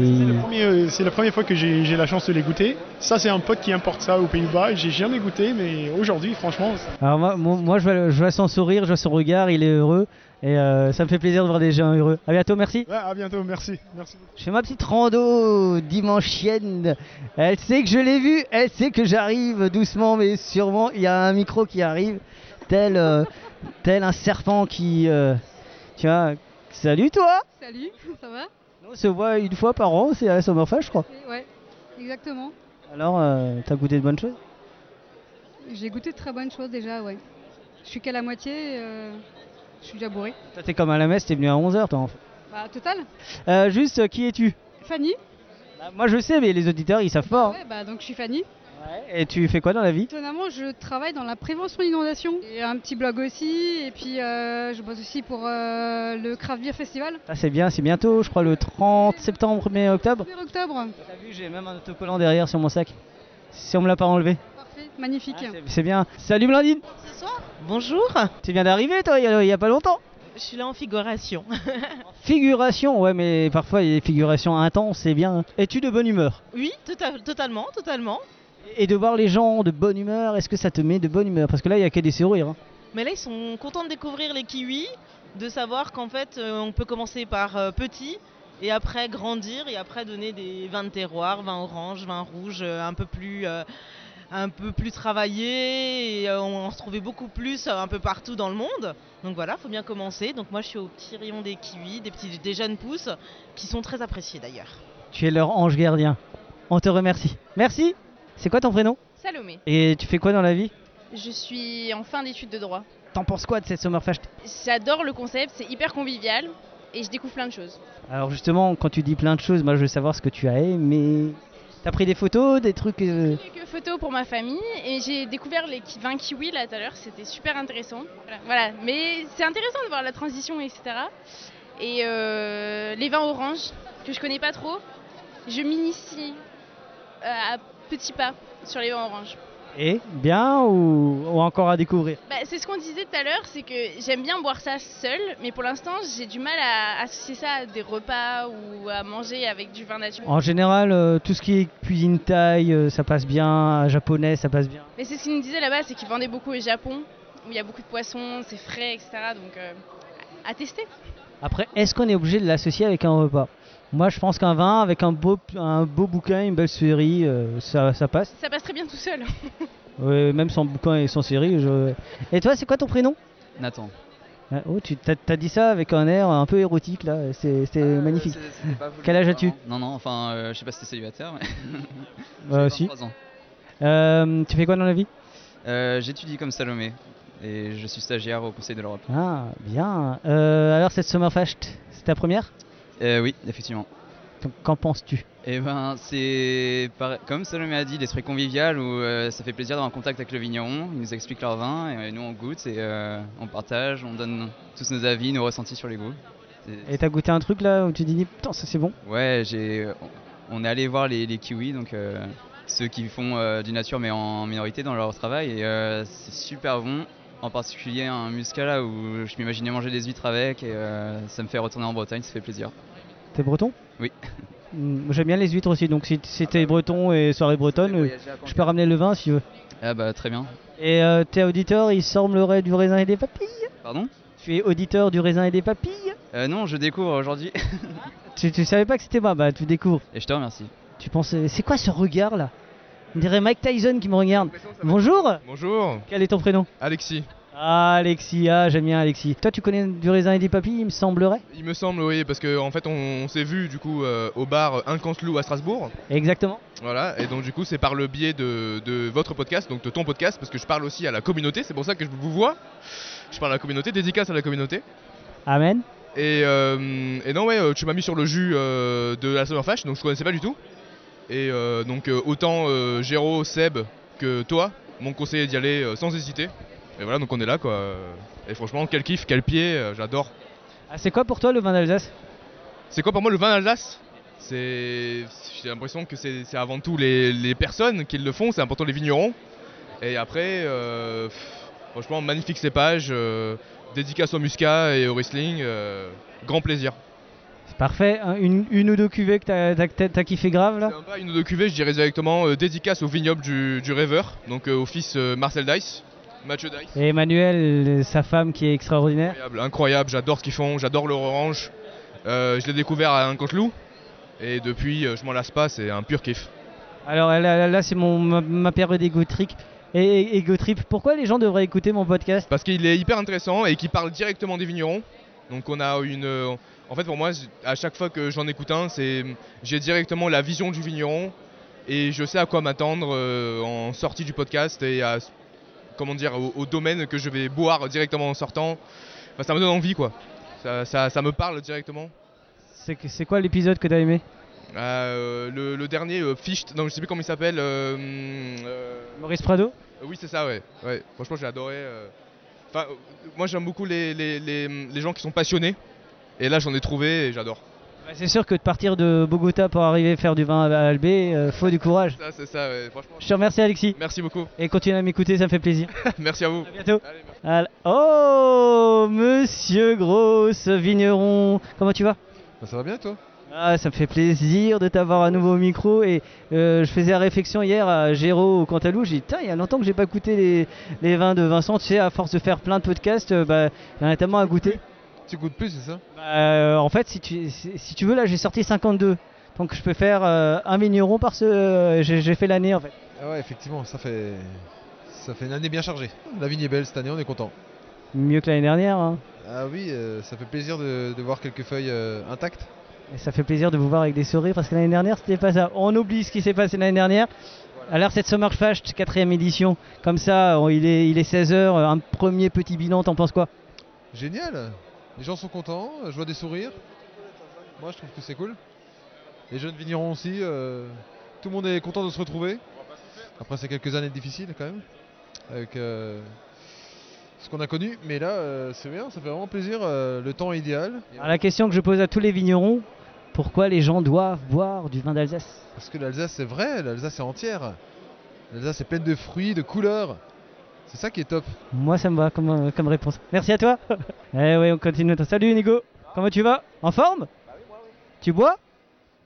Speaker 3: Et-
Speaker 16: Premier, euh, C'est la première fois que j'ai j'ai la chance de les goûter. Ça, c'est un pote qui importe ça aux Pays-Bas. J'ai jamais goûté, mais aujourd'hui, franchement,
Speaker 3: Alors moi, moi, moi, je, vois, je vois son sourire, je vois son regard, il est heureux et euh, ça me fait plaisir de voir des gens heureux. À bientôt, merci.
Speaker 16: Ouais, à bientôt, merci. merci.
Speaker 3: Je fais ma petite rando dimanchienne. Elle sait que je l'ai vue, elle sait que j'arrive doucement mais sûrement. Il y a un micro qui arrive, tel, euh, tel un serpent qui, euh, tu vois. Salut toi.
Speaker 18: Salut, ça va
Speaker 3: On se voit une fois par an, c'est à la Summerfest, je crois.
Speaker 18: Oui, Ouais, exactement.
Speaker 3: Alors, euh, t'as goûté de bonnes choses
Speaker 18: J'ai goûté de très bonnes choses déjà, ouais. Je suis qu'à la moitié, euh, je suis déjà bourré.
Speaker 3: Toi, t'es comme à la messe, t'es venu à 11h, toi. en fait.
Speaker 18: Bah, total.
Speaker 3: Euh, juste, euh, qui es-tu
Speaker 18: Fanny
Speaker 3: Bah, Moi, je sais, mais les auditeurs, ils savent pas. hein.
Speaker 18: Ouais, bah donc je suis Fanny.
Speaker 3: Et tu fais quoi dans la vie
Speaker 18: Étonnamment, je travaille dans la prévention d'inondation. J'ai un petit blog aussi, et puis euh, je bosse aussi pour euh, le Craft Beer Festival.
Speaker 3: Ah, c'est bien, c'est bientôt, je crois le 30 septembre, 1er octobre.
Speaker 18: 1er octobre.
Speaker 3: T'as vu, j'ai même un autocollant derrière sur mon sac. Si on me l'a pas enlevé,
Speaker 18: Parfait, magnifique.
Speaker 3: Ah, c'est bien. Salut Blandine
Speaker 14: Bonsoir.
Speaker 3: Bonjour Tu viens d'arriver toi, il y a- il y, a pas longtemps
Speaker 14: Je suis là en figuration.
Speaker 3: Figuration, ouais, mais parfois il y a des figurations intenses, c'est bien. hein. Es-tu de bonne humeur
Speaker 14: oui, tota- totalement, totalement.
Speaker 3: Et de voir les gens de bonne humeur, est-ce que ça te met de bonne humeur Parce que là, il y a que des sourires. hein.
Speaker 14: Mais là, ils sont contents de découvrir les kiwis, de savoir qu'en fait, euh, on peut commencer par euh, petit et après grandir et après donner des vins de terroir, vins orange, vins rouge, euh, un peu plus. euh, un peu plus travaillés. et euh, on en se trouvait beaucoup plus euh, un peu partout dans le monde. Donc voilà, faut bien commencer. Donc moi je suis au petit rayon des kiwis, des petits des jeunes pousses qui sont très appréciés d'ailleurs.
Speaker 3: Tu es leur ange gardien. On te remercie. Merci C'est quoi ton prénom
Speaker 8: Salomé.
Speaker 3: Et tu fais quoi dans la vie
Speaker 8: Je suis en fin d'études de droit.
Speaker 3: T'en penses quoi de cette Summerfest
Speaker 8: J'adore le concept, c'est hyper convivial et je découvre plein de choses.
Speaker 3: Alors justement, quand tu dis plein de choses, moi je veux savoir ce que tu as aimé. T'as pris des photos, des trucs... euh,
Speaker 8: Quelques photos pour ma famille et j'ai découvert les ki- vins kiwis là tout à l'heure, c'était super intéressant. Voilà, voilà. mais c'est intéressant de voir la transition, etc. Et euh, les vins oranges que je connais pas trop, je m'initie euh, à petits pas sur les vins oranges.
Speaker 3: Et bien ou, ou encore à découvrir
Speaker 8: Bah, c'est ce qu'on disait tout à l'heure, c'est que j'aime bien boire ça seul, mais pour l'instant j'ai du mal à associer ça à des repas ou à manger avec du vin naturel.
Speaker 3: En général, euh, tout ce qui est cuisine thaï, euh, ça passe bien. Japonais, ça passe bien.
Speaker 8: Mais c'est ce qu'ils nous disaient là-bas, c'est qu'ils vendaient beaucoup au Japon, où il y a beaucoup de poissons, c'est frais, etc. Donc euh, à à tester.
Speaker 3: Après, est-ce qu'on est obligé de l'associer avec un repas Moi, je pense qu'un vin avec un beau, un beau bouquin, une belle série, euh, ça, ça passe.
Speaker 8: Ça passe très bien tout seul.
Speaker 3: Ouais, même sans bouquin et sans série. Je... Et toi, c'est quoi ton prénom
Speaker 19: Nathan.
Speaker 3: Ah, Oh, tu t'as t'as dit ça avec un air un peu érotique là, c'est c'était magnifique.
Speaker 20: c'était Ah, pas voulu,
Speaker 3: Quel âge as-tu
Speaker 20: Non, non, enfin, euh, je sais pas si t'es célibataire, mais. J'ai
Speaker 3: Euh, si.
Speaker 20: 23 ans.
Speaker 3: Euh, tu fais quoi dans la vie
Speaker 20: Euh, J'étudie comme Salomé et je suis stagiaire au Conseil de l'Europe.
Speaker 3: Ah, bien. Euh, alors cette Summerfest, c'est ta première
Speaker 20: Euh, oui, effectivement.
Speaker 3: Donc, Qu'en penses-tu
Speaker 20: Et ben, c'est. par- Comme Salomé a dit, des trucs conviviales où euh, ça fait plaisir d'avoir un contact avec le vigneron. Ils nous expliquent leur vin et euh, nous on goûte et euh, on partage, on donne tous nos avis, nos ressentis sur les goûts. C'est-
Speaker 3: Et t'as goûté un truc là où tu dis putain ça c'est bon
Speaker 20: Ouais, j'ai. On est allé voir les, les kiwis, donc euh, ceux qui font euh, du nature mais en minorité dans leur travail, et euh, c'est super bon. En particulier un muscat là où je m'imaginais manger des huîtres avec, et euh, ça me fait retourner en Bretagne, ça fait plaisir.
Speaker 3: T'es breton
Speaker 20: Oui. Ah, bah
Speaker 3: Mm, J'aime bien les huîtres aussi, donc si c'était breton et soirée bretonne, euh,
Speaker 20: voyager à Cancun.
Speaker 3: je peux ramener le vin si tu veux.
Speaker 20: Ah bah très bien.
Speaker 3: Et euh, t'es auditeur, il semblerait du raisin et des papilles
Speaker 20: Pardon
Speaker 3: Tu es auditeur du raisin et des papilles
Speaker 20: Euh, Non, je découvre aujourd'hui.
Speaker 3: tu, tu savais pas que c'était moi, bah tu découvres.
Speaker 20: et je te remercie.
Speaker 3: Tu pensais, c'est quoi ce regard là On dirait Mike Tyson qui me regarde. Bonjour
Speaker 19: Bonjour
Speaker 3: Quel est ton prénom
Speaker 19: Alexis.
Speaker 3: Ah, Alexis, ah, j'aime bien Alexis. Toi, tu connais du raisin et des papilles, il me semblerait
Speaker 19: Il me semble, oui, parce qu'en en fait, on, on s'est vu du coup euh, au bar Incancelou à Strasbourg.
Speaker 3: Exactement.
Speaker 19: Voilà, et donc du coup, c'est par le biais de, de votre podcast, donc de ton podcast, parce que je parle aussi à la communauté, c'est pour ça que je vous vois. Je parle à la communauté, dédicace à la communauté.
Speaker 3: Amen.
Speaker 19: Et, euh, et non, ouais, euh, tu m'as mis sur le jus euh, de la Summerfash, donc je connaissais pas du tout. Et euh, donc, euh, autant euh, Géro, Seb que toi, mon conseil est d'y aller euh, sans hésiter. Et voilà, donc on est là, quoi. Et franchement, quel kiff, quel pied, euh, j'adore.
Speaker 3: Ah, c'est quoi pour toi le vin d'Alsace
Speaker 19: C'est quoi pour moi le vin d'Alsace C'est, j'ai l'impression que c'est c'est avant tout les, les personnes qui le font, c'est important les vignerons. Et après, euh, pff, franchement, magnifique cépage, euh, dédicace au muscat et au Riesling, euh, grand plaisir.
Speaker 3: C'est parfait, hein, une, une ou deux cuvées que t'as- t'as- t'as t'as kiffé grave là
Speaker 19: Pas une ou deux cuvées, je dirais directement euh, dédicace au vignoble du, du rêveur, donc euh, au fils euh, Marcel Dice, Mathieu Dice.
Speaker 3: Et Emmanuel, euh, sa femme qui est extraordinaire.
Speaker 19: Incroyable, incroyable, j'adore ce qu'ils font, j'adore leur orange. Euh, je l'ai découvert à un loup et depuis, euh, je m'en lasse pas, c'est un pur kiff.
Speaker 3: Alors là, là, là, c'est mon ma, ma période égo trip. Et, et- égo trip. Pourquoi les gens devraient écouter mon podcast
Speaker 19: Parce qu'il est hyper intéressant et qui parle directement des vignerons. Donc on a une. euh, en fait pour moi, j- à chaque fois que j'en écoute un, c'est j'ai directement la vision du vigneron et je sais à quoi m'attendre euh, en sortie du podcast et à comment dire au, au domaine que je vais boire directement en sortant. Enfin, ça me donne envie quoi. Ça, ça- ça me parle directement.
Speaker 3: C'est que- c'est quoi l'épisode que t'as aimé
Speaker 19: Euh, le, le dernier euh, Ficht, non je sais plus comment il s'appelle. euh, hum, euh,
Speaker 3: Maurice Prado
Speaker 19: euh, Oui, c'est ça, ouais. ouais. Franchement, j'ai adoré. euh. Enfin, euh, moi, j'aime beaucoup les, les, les, les gens qui sont passionnés. Et là, j'en ai trouvé et j'adore.
Speaker 3: Bah, C'est sûr que de partir de Bogota pour arriver faire du vin à Albé, euh, faut du courage.
Speaker 19: Ça, c'est ça, ouais, franchement.
Speaker 3: Je te remercie Alexis.
Speaker 19: Merci beaucoup.
Speaker 3: Et continue à m'écouter, ça me fait plaisir.
Speaker 19: Merci à vous.
Speaker 3: À bientôt. Al- Oh, monsieur Grosse Vigneron, comment tu vas
Speaker 21: ça va bien toi
Speaker 3: Ah, ça me fait plaisir de t'avoir à nouveau au micro. Et euh, je faisais la réflexion hier à Géraud au Cantalou. J'ai dit, Tiens, il y a longtemps que j'ai pas goûté les, les vins de Vincent. Tu sais, à force de faire plein de podcasts, euh, bah, il y en a tellement à goûter.
Speaker 21: Tu goûtes plus, c'est ça
Speaker 3: Euh, en fait, si tu, si, si tu veux, là, j'ai sorti 52. Donc, je peux faire euh, un vigneron par ce. euh, j'ai j'ai fait l'année, en fait.
Speaker 21: Ah ouais, effectivement, ça fait ça fait une année bien chargée. La vigne est belle cette année, on est content.
Speaker 3: Mieux que l'année dernière. hein.
Speaker 21: Ah oui, euh, ça fait plaisir de, de voir quelques feuilles euh, intactes.
Speaker 3: Et ça fait plaisir de vous voir avec des sourires parce que l'année dernière, c'était pas ça. On oublie ce qui s'est passé l'année dernière. Alors, cette Summerfest, quatrième édition, comme ça, on- il est, il est 16h, un premier petit bilan, t'en penses quoi
Speaker 21: Génial. Les gens sont contents, euh, je vois des sourires. Moi, je trouve que c'est cool. Les jeunes vignerons aussi. euh, tout le monde est content de se retrouver. Après ces quelques années difficiles quand même, avec euh, ce qu'on a connu. Mais là, euh, c'est bien, ça fait vraiment plaisir. euh, le temps est idéal.
Speaker 3: Alors, La question que je pose à tous les vignerons, pourquoi les gens doivent boire du vin d'Alsace
Speaker 21: Parce que l'Alsace, c'est vrai, l'Alsace est entière. L'Alsace est pleine de fruits, de couleurs. C'est ça qui est top.
Speaker 3: Moi, ça me va comme, euh, comme réponse. Merci à toi. eh oui, on continue. Salut Nico, comment tu vas En forme Bah Tu bois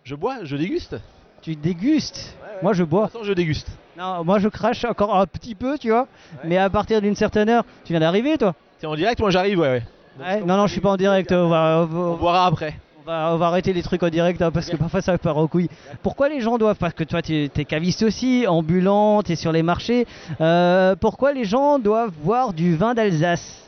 Speaker 22: Je bois, je déguste.
Speaker 3: Tu dégustes Moi, je bois.
Speaker 22: je déguste.
Speaker 3: Non, moi, je crache encore un petit peu, tu vois. Mais à partir d'une certaine heure, tu viens d'arriver, toi
Speaker 22: T'es en direct Moi, j'arrive, ouais, ouais.
Speaker 3: Ouais, non, non, je suis pas en direct. euh, On, va, on,
Speaker 22: boira après.
Speaker 3: On va, on va arrêter les trucs en direct hein, parce que parfois ça part en couille. Pourquoi les gens doivent Parce que toi, tu es caviste aussi, ambulant, tu es sur les marchés. Euh, pourquoi les gens doivent boire du vin d'Alsace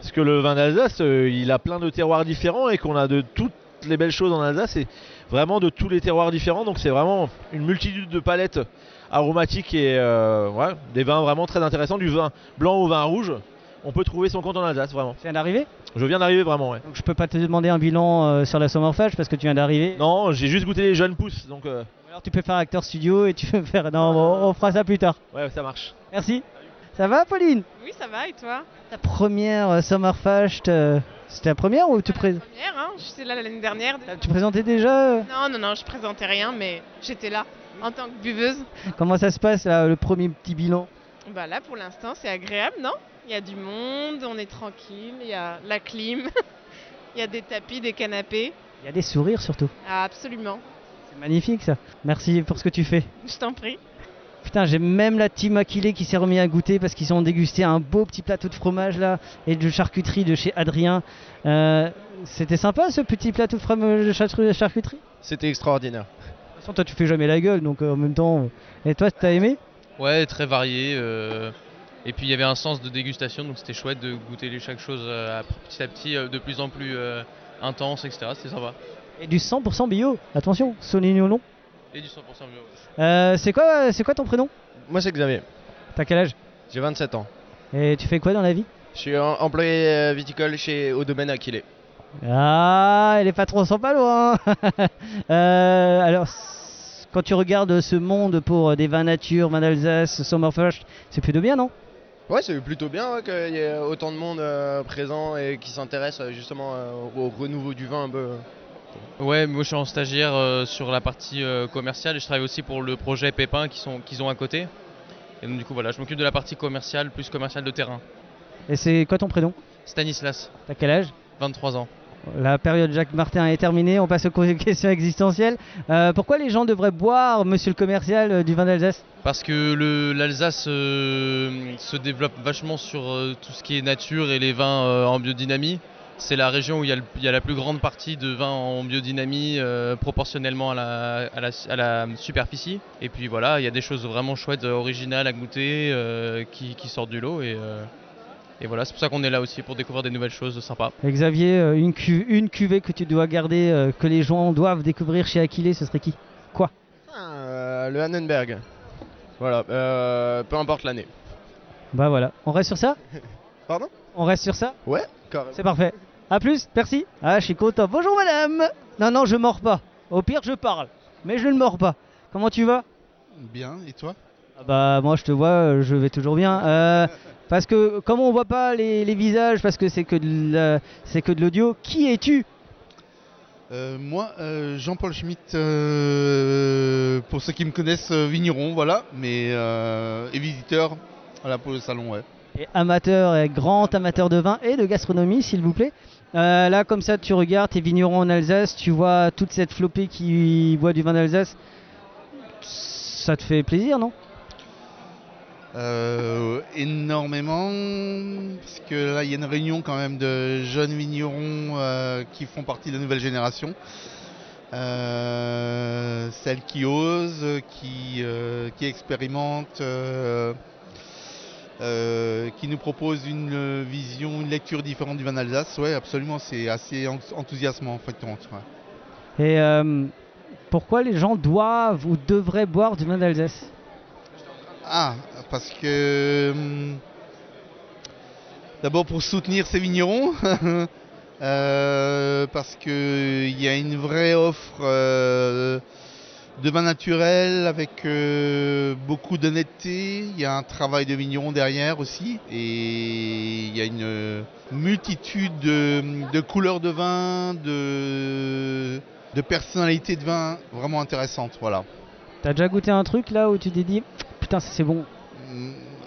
Speaker 22: Parce que le vin d'Alsace, euh, il a plein de terroirs différents et qu'on a de toutes les belles choses en Alsace et vraiment de tous les terroirs différents. Donc c'est vraiment une multitude de palettes aromatiques et euh, ouais, des vins vraiment très intéressants, du vin blanc au vin rouge. On peut trouver son compte en Alsace vraiment. Tu
Speaker 3: viens d'arriver
Speaker 22: Je viens d'arriver vraiment, ouais.
Speaker 3: Je peux pas te demander un bilan euh, sur la Sommerfage parce que tu viens d'arriver.
Speaker 22: Non, j'ai juste goûté les jeunes pousses, donc euh,
Speaker 3: Alors tu peux faire acteur studio et tu peux faire. Non, on, on fera ça plus tard.
Speaker 22: ouais, ça marche.
Speaker 3: Merci. Ça va, Pauline
Speaker 23: Oui, ça va, et toi
Speaker 3: Ta première euh, Sommerfest, euh, c'était la première ou tu, pré-
Speaker 23: Première, hein J'étais là l'année dernière.
Speaker 3: Euh, tu présentais déjà euh,
Speaker 23: Non, non, non, je présentais rien, mais j'étais là en tant que buveuse.
Speaker 3: Comment ça se passe là, le premier petit bilan
Speaker 23: Bah là, pour l'instant, c'est agréable, non Il y a du monde, on est tranquille, il y a la clim, il y a des tapis, des canapés.
Speaker 3: Il y a des sourires surtout.
Speaker 23: Ah, absolument,
Speaker 3: C'est magnifique ça. Merci pour ce que tu fais.
Speaker 23: je t'en prie.
Speaker 3: Putain, j'ai même la team Aquilée qui s'est remis à goûter parce qu'ils ont dégusté un beau petit plateau de fromage là et de charcuterie de chez Adrien. Euh, C'était sympa ce petit plateau de fromage de char- charcuterie De
Speaker 1: C'était extraordinaire.
Speaker 3: toute façon, toi tu fais jamais la gueule donc euh, en même temps. euh, Et toi, t'as aimé
Speaker 2: Ouais, très varié. euh, et puis il y avait un sens de dégustation, donc c'était chouette de goûter les- chaque chose euh, à- petit à petit, euh, de plus en plus euh, intense, etc. C'était sympa.
Speaker 3: Et du 100% bio, attention, soulignons non.
Speaker 2: Et du 100% bio.
Speaker 3: Euh, c'est quoi, c'est quoi ton prénom
Speaker 1: Moi, c'est Xavier.
Speaker 3: T'as quel âge
Speaker 1: J'ai 27 ans.
Speaker 3: Et tu fais quoi dans la vie
Speaker 1: Je suis en- employé euh, viticole chez au domaine Aquilé.
Speaker 3: Ah, les patrons sont pas loin. Euh, alors, c- quand tu regardes ce monde pour euh, des vins nature, vins d'Alsace, Sommerfest, c'est plutôt bien, non
Speaker 1: Ouais, c'est plutôt bien ouais, qu'il y ait autant de monde euh, présent et qui s'intéresse euh, justement euh, au au renouveau du vin un peu.
Speaker 2: Ouais, moi je suis en stagiaire euh, sur la partie euh, commerciale et je travaille aussi pour le projet Pépin qui sont- qu'ils ont à côté. Et donc du coup voilà, je m'occupe de la partie commerciale, plus commerciale de terrain.
Speaker 3: Et c'est quoi ton prénom
Speaker 2: Stanislas,
Speaker 3: T'as quel âge
Speaker 2: 23 ans.
Speaker 3: La période Jacques Martin est terminée, on passe aux co- questions existentielles. Euh, pourquoi les gens devraient boire, monsieur le commercial, euh, du vin d'Alsace
Speaker 2: Parce que le- l'Alsace euh, se développe vachement sur euh, tout ce qui est nature et les vins euh, en biodynamie. C'est la région où il y, a le- il y a la plus grande partie de vins en biodynamie euh, proportionnellement à la, à la- à la superficie. Et puis voilà, il y a des choses vraiment chouettes, euh, originales à goûter, euh, qui, qui sortent du lot. Et, euh, et voilà, c'est pour ça qu'on est là aussi, pour découvrir des nouvelles choses sympas.
Speaker 3: Et Xavier, euh, une, cu- une cuvée que tu dois garder, euh, que les gens doivent découvrir chez Aquilé, ce serait qui Quoi
Speaker 1: Euh, le Hannenberg. Voilà, euh, peu importe l'année.
Speaker 3: Bah voilà, on reste sur ça
Speaker 1: Pardon
Speaker 3: On reste sur ça
Speaker 1: Ouais, carrément.
Speaker 3: C'est parfait. A plus, merci. Ah, je suis content. Bonjour madame. Non, non, je mords pas. Au pire, je parle. Mais je ne mords pas. Comment tu vas
Speaker 24: Bien, et toi
Speaker 3: Ah Bah, moi, je te vois, euh, je vais toujours bien. Euh, parce que, comme on voit pas les, les visages, parce que c'est que de la- c'est que de l'audio, qui es-tu
Speaker 24: Euh, Moi, euh, Jean-Paul Schmitt, euh, pour ceux qui me connaissent, euh, vigneron, voilà, mais euh, et visiteur, voilà, pour le salon, ouais.
Speaker 3: Et Amateur et grand amateur de vin et de gastronomie, s'il vous plaît. Euh, là, comme ça, tu regardes tes vignerons en Alsace, tu vois toute cette flopée qui boit du vin d'Alsace. Ça te fait plaisir, non
Speaker 24: Euh, énormément, parce que là, il y a une réunion quand même de jeunes vignerons euh, qui font partie de la nouvelle génération. Euh, celles qui osent, qui, euh, qui expérimentent, euh, euh, qui nous proposent une euh, vision, une lecture différente du vin d'Alsace. Ouais, absolument, c'est assez en- enthousiasmant en fait. on- ouais.
Speaker 3: Et euh, pourquoi les gens doivent ou devraient boire du vin d'Alsace
Speaker 24: Ah, parce que. hum, D'abord pour soutenir ces vignerons, euh, parce qu'il y a une vraie offre euh, de vin naturel avec euh, beaucoup d'honnêteté. Il y a un travail de vigneron derrière aussi. Et il y a une multitude de, de couleurs de vin, de, de personnalités de vin vraiment intéressantes. Voilà.
Speaker 3: T'as déjà goûté un truc là où tu t'es dit putain ça c'est bon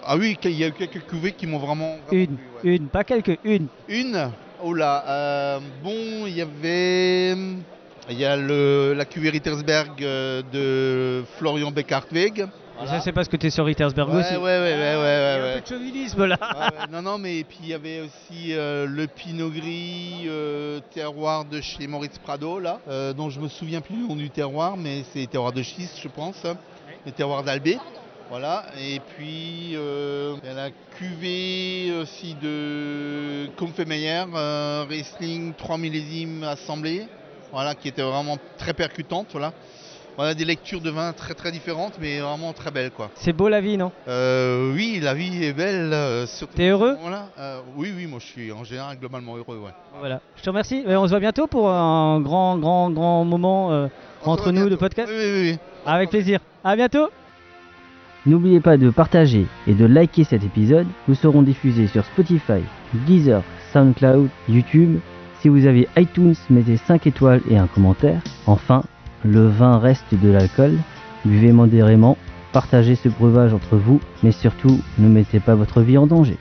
Speaker 24: Ah oui, il y a eu quelques cuvées qui m'ont vraiment.
Speaker 3: Une, une, pas quelques, une.
Speaker 24: Une Oh là, euh, bon, il y avait. Il y a le, la cuvée Rittersberg euh, de Florian Beckartweg.
Speaker 3: Je sais pas ce que t'es sur Rittersberg
Speaker 24: Ouais,
Speaker 3: aussi.
Speaker 24: ouais, ouais, ouais, ouais, ouais, ouais.
Speaker 3: là.
Speaker 24: Ouais, ouais, non, non, mais puis il y avait aussi euh, le Pinot Gris, euh, terroir de chez Maurice Prado, là, euh, dont je me souviens plus du nom du terroir, mais c'est terroir de schiste, je pense, le terroir d'Albé. Voilà, et puis euh, il y a la cuvée aussi de Kumpfemeyer, euh, Riesling 3 millésimes assemblés, voilà, qui était vraiment très percutante. Voilà. voilà des lectures de vin très très différentes, mais vraiment très belles. Quoi.
Speaker 3: C'est beau la vie, non
Speaker 24: Euh, oui, la vie est belle. euh, surtout
Speaker 3: T'es
Speaker 24: à
Speaker 3: heureux
Speaker 24: ce moment-là. Euh, Oui, oui, moi je suis en général globalement heureux. Ouais.
Speaker 3: Voilà. Je te remercie. Et on se voit bientôt pour un grand, grand, grand moment euh, entre nous de podcast. Avec plaisir. À bientôt.
Speaker 25: N'oubliez pas de partager et de liker cet épisode. Nous serons diffusés sur Spotify, Deezer, SoundCloud, YouTube. Si vous avez iTunes, mettez 5 étoiles et un commentaire. Enfin, le vin reste de l'alcool. Buvez modérément, partagez ce breuvage entre vous, mais surtout, ne mettez pas votre vie en danger.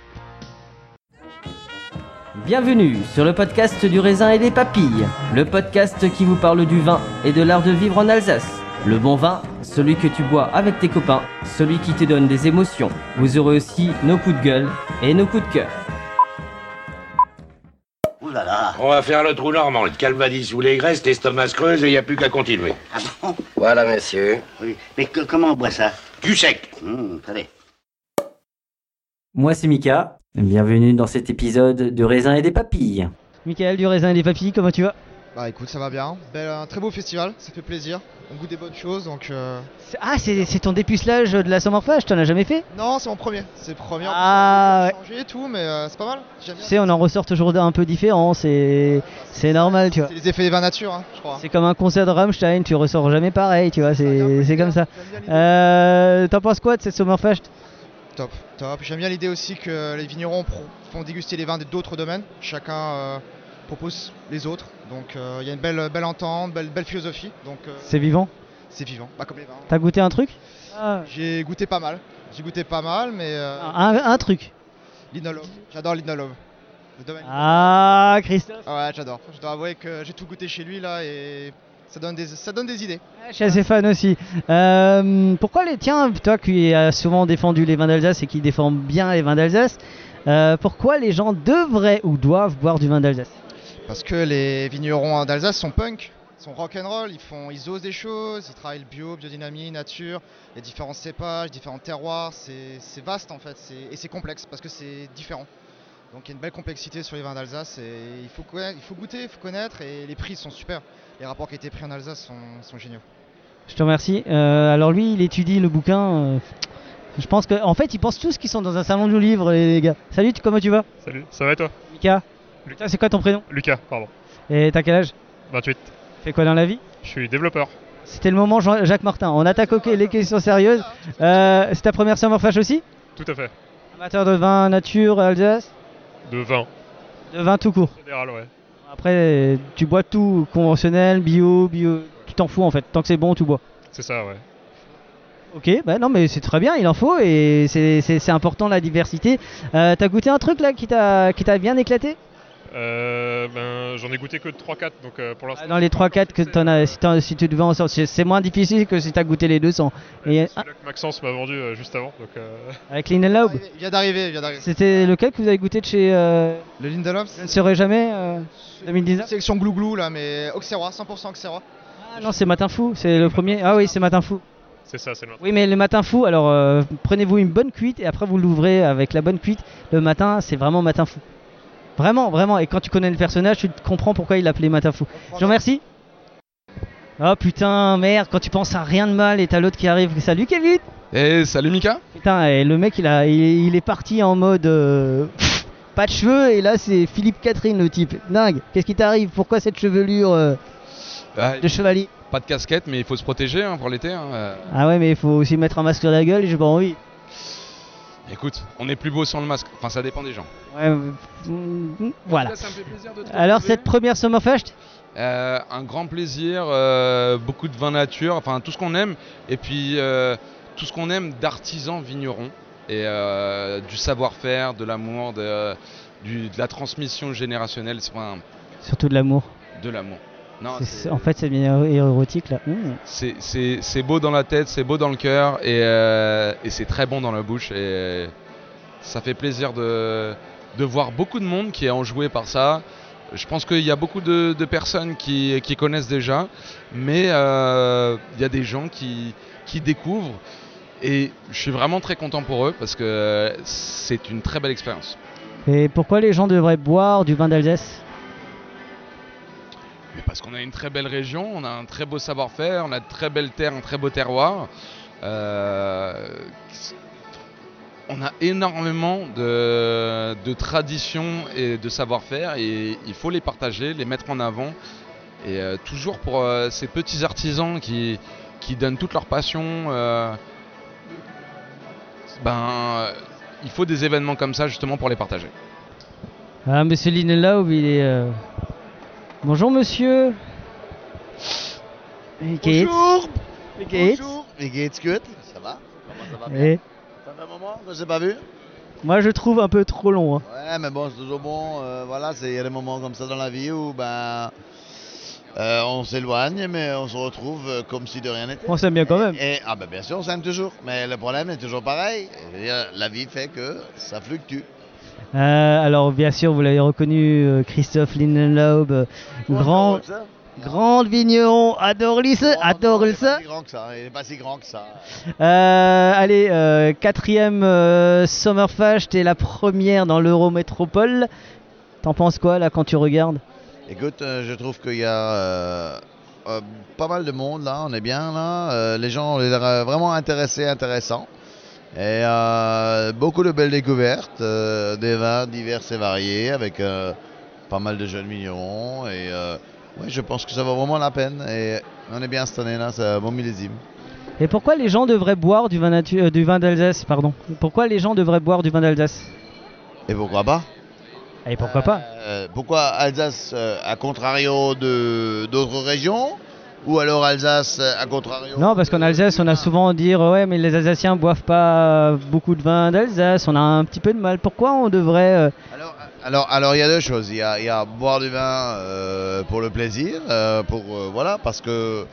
Speaker 26: Bienvenue sur le podcast du raisin et des papilles, le podcast qui vous parle du vin et de l'art de vivre en Alsace. Le bon vin, celui que tu bois avec tes copains, celui qui te donne des émotions. Vous aurez aussi nos coups de gueule et nos coups de cœur.
Speaker 7: On va faire le trou normand, le calvadis sous les graisses, l'estomac se creuse et il n'y a plus qu'à continuer.
Speaker 10: Voilà, monsieur. Oui. Mais que- comment on boit ça
Speaker 7: Du sec.
Speaker 10: Hum, Très
Speaker 26: Moi c'est Mika, bienvenue dans cet épisode de Raisin et des papilles.
Speaker 3: Michael du Raisin et des Papilles, comment tu vas
Speaker 27: Bah écoute, ça va bien. Bel- un très beau festival, ça fait plaisir. On goûte des bonnes choses, donc. euh,
Speaker 3: C'est- Ah, c'est c'est ton dépucelage de la somorphage, t'en as jamais fait
Speaker 27: Non, c'est mon premier. C'est le premier.
Speaker 3: Ah,
Speaker 27: en plus, on a changé et tout, mais euh, c'est pas mal. J'aime
Speaker 3: Tu
Speaker 27: bien.
Speaker 3: sais, on en ressort toujours un peu différent, c'est c'est normal, tu vois.
Speaker 27: C'est les effets des vins nature, hein, je crois.
Speaker 3: C'est comme un concert de Rammstein, tu ressors jamais pareil, tu vois, c'est c'est comme ça. Euh, T'en penses quoi de cette Sommerfest
Speaker 27: Top, top. J'aime bien l'idée aussi que les vignerons pro- font déguster les vins de- d'autres domaines. Chacun euh, propose les autres. Donc euh, il y a une belle, belle entente, belle, belle philosophie. Donc euh,
Speaker 3: C'est vivant Ah
Speaker 27: C'est vivant, pas comme les vins.
Speaker 3: T'as goûté un truc
Speaker 27: J'ai goûté pas mal. J'ai goûté pas mal, mais. euh,
Speaker 3: un, un truc
Speaker 27: L'inolove. J'adore l'inolove. Le domaine.
Speaker 3: Ah, Christophe
Speaker 27: Ouais, j'adore. Je dois avouer que j'ai tout goûté chez lui là et ça donne des, ça donne des idées.
Speaker 3: Je suis assez fan aussi. Euh, pourquoi les tiens, toi qui as souvent défendu les vins d'Alsace et qui défend bien les vins d'Alsace, euh, pourquoi les gens devraient ou doivent boire du vin d'Alsace
Speaker 27: Parce que les vignerons d'Alsace sont punk, sont rock and roll, ils font, ils osent des choses, ils travaillent le bio, biodynamie, nature, les différents cépages, différents terroirs, c'est c'est vaste en fait, c'est- et c'est complexe parce que c'est différent. Donc il y a une belle complexité sur les vins d'Alsace et il faut, connaître- il faut goûter, il faut connaître et les prix sont super. Les rapports qui étaient pris en Alsace sont, sont géniaux.
Speaker 3: Je te remercie. Euh, alors lui, il étudie le bouquin. euh, je pense que, en fait, ils pensent tous qu'ils sont dans un salon du livre, les, les gars. Salut, tu- comment tu vas
Speaker 28: Salut, ça va et toi
Speaker 3: Mika. Putain, c'est quoi ton prénom
Speaker 28: Lucas, pardon.
Speaker 3: Et t'as quel âge
Speaker 28: 28.
Speaker 3: Fais quoi dans la vie
Speaker 28: Je suis développeur.
Speaker 3: C'était le moment Jean- Jacques Martin. On attaque ok, les questions sérieuses. Euh, c'est ta première Summerfash aussi
Speaker 28: Tout à fait.
Speaker 3: Amateur de vin nature Alsace
Speaker 28: De 20.
Speaker 3: De vin tout court.
Speaker 28: Général, ouais.
Speaker 3: Après, tu bois tout, conventionnel, bio, bio. Tu t'en fous en fait. Tant que c'est bon, tu bois.
Speaker 28: C'est ça, ouais.
Speaker 3: Ok, bah non, mais c'est très bien, il en faut et c'est- c'est c'est important la diversité. Euh, T'as goûté un truc là qui t'a qui t'a bien éclaté
Speaker 28: Euh, ben, j'en ai goûté que 3-4, donc euh, pour l'instant.
Speaker 3: Dans les 3-4 que t'en as, si, t'en- si tu devais en sortir, c'est- c'est moins difficile que si t'as goûté les 200. Et, ah,
Speaker 28: Celui-là que Maxence m'a vendu euh, juste avant, donc. euh,
Speaker 3: avec l'Inelaub,
Speaker 27: Il vient d'arriver, il vient d'arriver.
Speaker 3: c'était lequel que vous avez goûté de chez. euh,
Speaker 27: Le Lindelof
Speaker 3: Je ne saurais jamais. euh, 2019
Speaker 27: Sélection glouglou là, mais Auxerrois, 100% Auxerrois.
Speaker 3: Ah non, c'est Matin Fou, c'est le premier. Ah oui, c'est Matin Fou.
Speaker 28: C'est ça, c'est le matin.
Speaker 3: Oui, mais le matin fou, alors euh, prenez-vous une bonne cuite et après vous l'ouvrez avec la bonne cuite. Le matin, c'est vraiment matin fou. Vraiment, vraiment. Et quand tu connais le personnage, tu comprends pourquoi il l'appelait matin fou. Je vous remercie. Oh putain, merde, quand tu penses à rien de mal et t'as l'autre qui arrive. Salut Kevin
Speaker 29: Eh, salut Mika
Speaker 3: Putain, et le mec, il, a, il, il est parti en mode. euh, pff, pas de cheveux et là, c'est Philippe Catherine le type. Dingue. Qu'est-ce qui t'arrive Pourquoi cette chevelure euh,
Speaker 29: Ouais,
Speaker 3: de chevalier
Speaker 29: Bah, Pas de casquette, mais il faut se protéger hein, pour l'été. hein, euh.
Speaker 3: Ah ouais, mais il faut aussi mettre un masque sur la gueule et j'ai pas envie.
Speaker 29: Écoute, on est plus beau sans le masque. Enfin, ça dépend des gens.
Speaker 3: Ouais, euh, mm, voilà.
Speaker 29: ça me fait plaisir de te
Speaker 3: Alors
Speaker 29: retrouver.
Speaker 3: cette première Summerfest,
Speaker 29: Euh, un grand plaisir, euh, beaucoup de vin nature, enfin tout ce qu'on aime, et puis euh, tout ce qu'on aime d'artisans vignerons, et euh, du savoir-faire, de l'amour, de, euh, du- de la transmission générationnelle, c'est pas un-
Speaker 3: surtout de l'amour.
Speaker 29: de l'amour. Non,
Speaker 3: C'est- c'est- En fait, c'est bien érotique là. Mm.
Speaker 29: c'est- c'est c'est beau dans la tête, c'est beau dans le cœur, et, euh, et c'est très bon dans la bouche, et euh, ça fait plaisir de, de voir beaucoup de monde qui est enjoué par ça. Je pense qu'il y a beaucoup de, de personnes qui, qui connaissent déjà, mais euh, il y a des gens qui, qui découvrent. Et je suis vraiment très content pour eux parce que c'est une très belle expérience.
Speaker 3: Et pourquoi les gens devraient boire du vin d'Alsace
Speaker 29: Mais parce qu'on a une très belle région, on a un très beau savoir-faire, on a de très belles terres, un très beau terroir. Euh, on a énormément de, de traditions et de savoir-faire et il faut les partager, les mettre en avant. Et euh, toujours pour euh, ces petits artisans qui, qui donnent toute leur passion. euh, ben, euh, il faut des événements comme ça justement pour les partager.
Speaker 3: Ah, monsieur Linelaub, il est. euh, Bonjour, monsieur. Hey, geht's?
Speaker 30: Bonjour.
Speaker 3: Wie geht's?
Speaker 30: Bonjour. Wie geht's gut? Ça va? Comment ça va bien?
Speaker 3: Eh,
Speaker 30: Ça fait un moment qu'on s'est pas vu?
Speaker 3: moi, je trouve un peu trop long. hein.
Speaker 30: Ouais, mais bon, c'est toujours bon. euh, voilà, c'est- il y a des moments comme ça dans la vie où ben, euh, on s'éloigne, mais on se retrouve euh, comme si de rien n'était.
Speaker 3: On s'aime bien quand même.
Speaker 30: Et, ah ben bien sûr, on s'aime toujours. Mais le problème est toujours pareil. Je veux dire, la vie fait que ça fluctue.
Speaker 3: Euh, alors, bien sûr, vous l'avez reconnu, euh, Christophe Lindenlaub, euh, grand, grand vigneron à Dorlis, à Dorlis.
Speaker 30: Il est grand que ça. hein, Il n'est pas si grand que ça.
Speaker 3: Euh, allez, euh, quatrième euh, Sommerfest t'es la première dans l'Eurométropole. T'en penses quoi là quand tu regardes
Speaker 30: Écoute, euh, je trouve qu'il y a euh, euh, pas mal de monde là, on est bien là. Euh, les gens, on les a vraiment intéressés, intéressants. Et euh, beaucoup de belles découvertes, euh, des vins divers et variés avec euh, pas mal de jeunes vignerons. Et euh, ouais, je pense que ça vaut vraiment la peine. Et on est bien cette année là, c'est un bon millésime.
Speaker 3: Et pourquoi les gens devraient boire du vin, natu- euh, du vin d'Alsace pardon Pourquoi les gens devraient boire du vin d'Alsace
Speaker 30: Et pourquoi pas
Speaker 3: Et pourquoi pas
Speaker 30: Euh, pourquoi Alsace euh, à contrario de d'autres régions ou alors Alsace euh, à contrario
Speaker 3: Non, parce qu'en Alsace, on a souvent dire ouais, mais les Alsaciens boivent pas euh, beaucoup de vin d'Alsace. On a un petit peu de mal. Pourquoi on devrait euh,
Speaker 30: Alors, alors il y a deux choses. Il y a, il y a boire du vin euh, pour le plaisir, euh, pour euh, voilà, parce que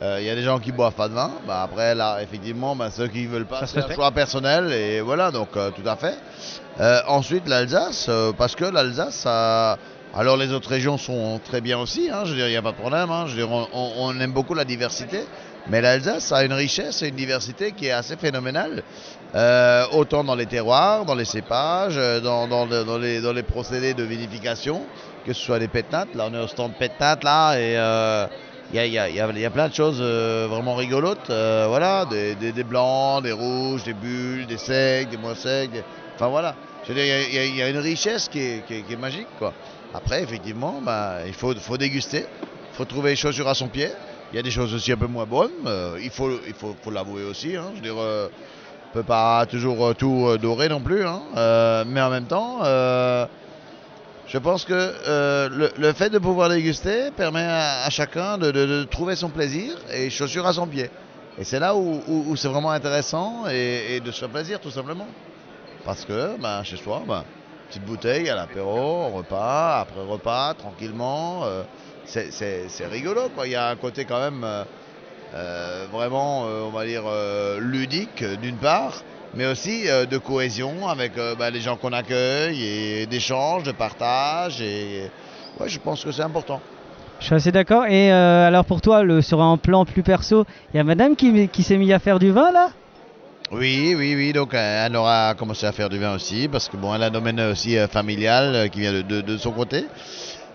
Speaker 30: euh, il y a des gens qui boivent pas de vin. Bah, après, là, effectivement, bah, ceux qui veulent pas,
Speaker 3: Ça se
Speaker 30: c'est un
Speaker 3: respecte.
Speaker 30: choix personnel et voilà, donc euh, tout à fait. Euh, ensuite, l'Alsace, euh, parce que l'Alsace, ça- alors les autres régions sont très bien aussi. hein, je veux dire, il n'y a pas de problème. hein, je veux dire, on, on- on aime beaucoup la diversité. Mais l'Alsace a une richesse et une diversité qui est assez phénoménale, Euh, autant dans les terroirs, dans les cépages, euh, dans, dans le- dans les, dans les procédés de vinification, que ce soit les pétnates. Là, on est au stand pétnate, là, et euh, il y, a, il y a- il y a- il y a plein de choses euh, vraiment rigolotes. euh, voilà, des, des- des blancs, des rouges, des bulles, des secs, des moins secs. des- Enfin, voilà. Je veux dire, il y a- il y, a- il y a une richesse qui est, qui est- qui est magique, quoi. Après, effectivement, bah, il faut, faut déguster faut trouver les chaussures à son pied. Il y a des choses aussi un peu moins bonnes. euh, il faut, il faut, faut l'avouer aussi. hein, je veux dire, euh, on peut pas toujours euh, tout euh, dorer non plus. hein, euh, mais en même temps, euh, je pense que euh, le, le fait de pouvoir déguster permet à, à chacun de, de- de trouver son plaisir et chaussures à son pied. Et c'est là où, où- où c'est vraiment intéressant et, et de se faire plaisir tout simplement. Parce que ben, chez soi, ben, petite bouteille à l'apéro, au repas, après repas, tranquillement. euh, c'est- c'est c'est rigolo, quoi. Il y a un côté quand même euh, euh, vraiment, euh, on va dire, euh, ludique euh, d'une part, mais aussi euh, de cohésion avec euh, bah, les gens qu'on accueille et d'échange, de partage. Et ouais, je pense que c'est important.
Speaker 3: Je suis assez d'accord. Et euh, alors pour toi, le, sur un plan plus perso, il y a madame qui, qui s'est mise à faire du vin là
Speaker 30: Oui, oui, oui. Donc, euh, elle aura commencé à faire du vin aussi, parce que bon, elle a un domaine aussi euh, familial euh, qui vient de, de- de son côté.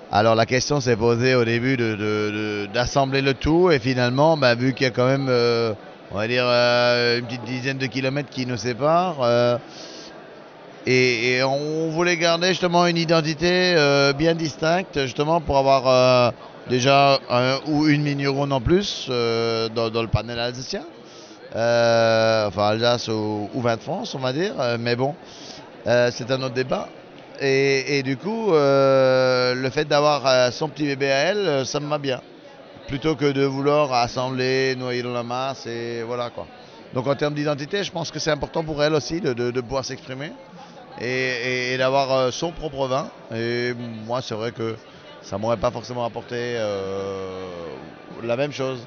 Speaker 30: Alors, la question s'est posée au début de- de- de- d'assembler le tout, et finalement, bah, vu qu'il y a quand même, euh, on va dire, euh, une petite dizaine de kilomètres qui nous séparent, euh, et, et on voulait garder justement une identité euh, bien distincte, justement pour avoir euh, déjà un ou une vigneronne en plus euh, dans, dans le panel alsacien. Euh, enfin, Alsace ou, ou vin de France, on va dire. Euh, mais bon, euh, c'est un autre débat. Et, et du coup, euh, le fait d'avoir euh, son petit bébé à elle, euh, ça me va bien. Plutôt que de vouloir assembler, noyer dans la masse, et voilà quoi. Donc en termes d'identité, je pense que c'est important pour elle aussi de, de- de pouvoir s'exprimer et, et- et d'avoir euh, son propre vin. Et moi, c'est vrai que ça m'aurait pas forcément apporté euh, la même chose.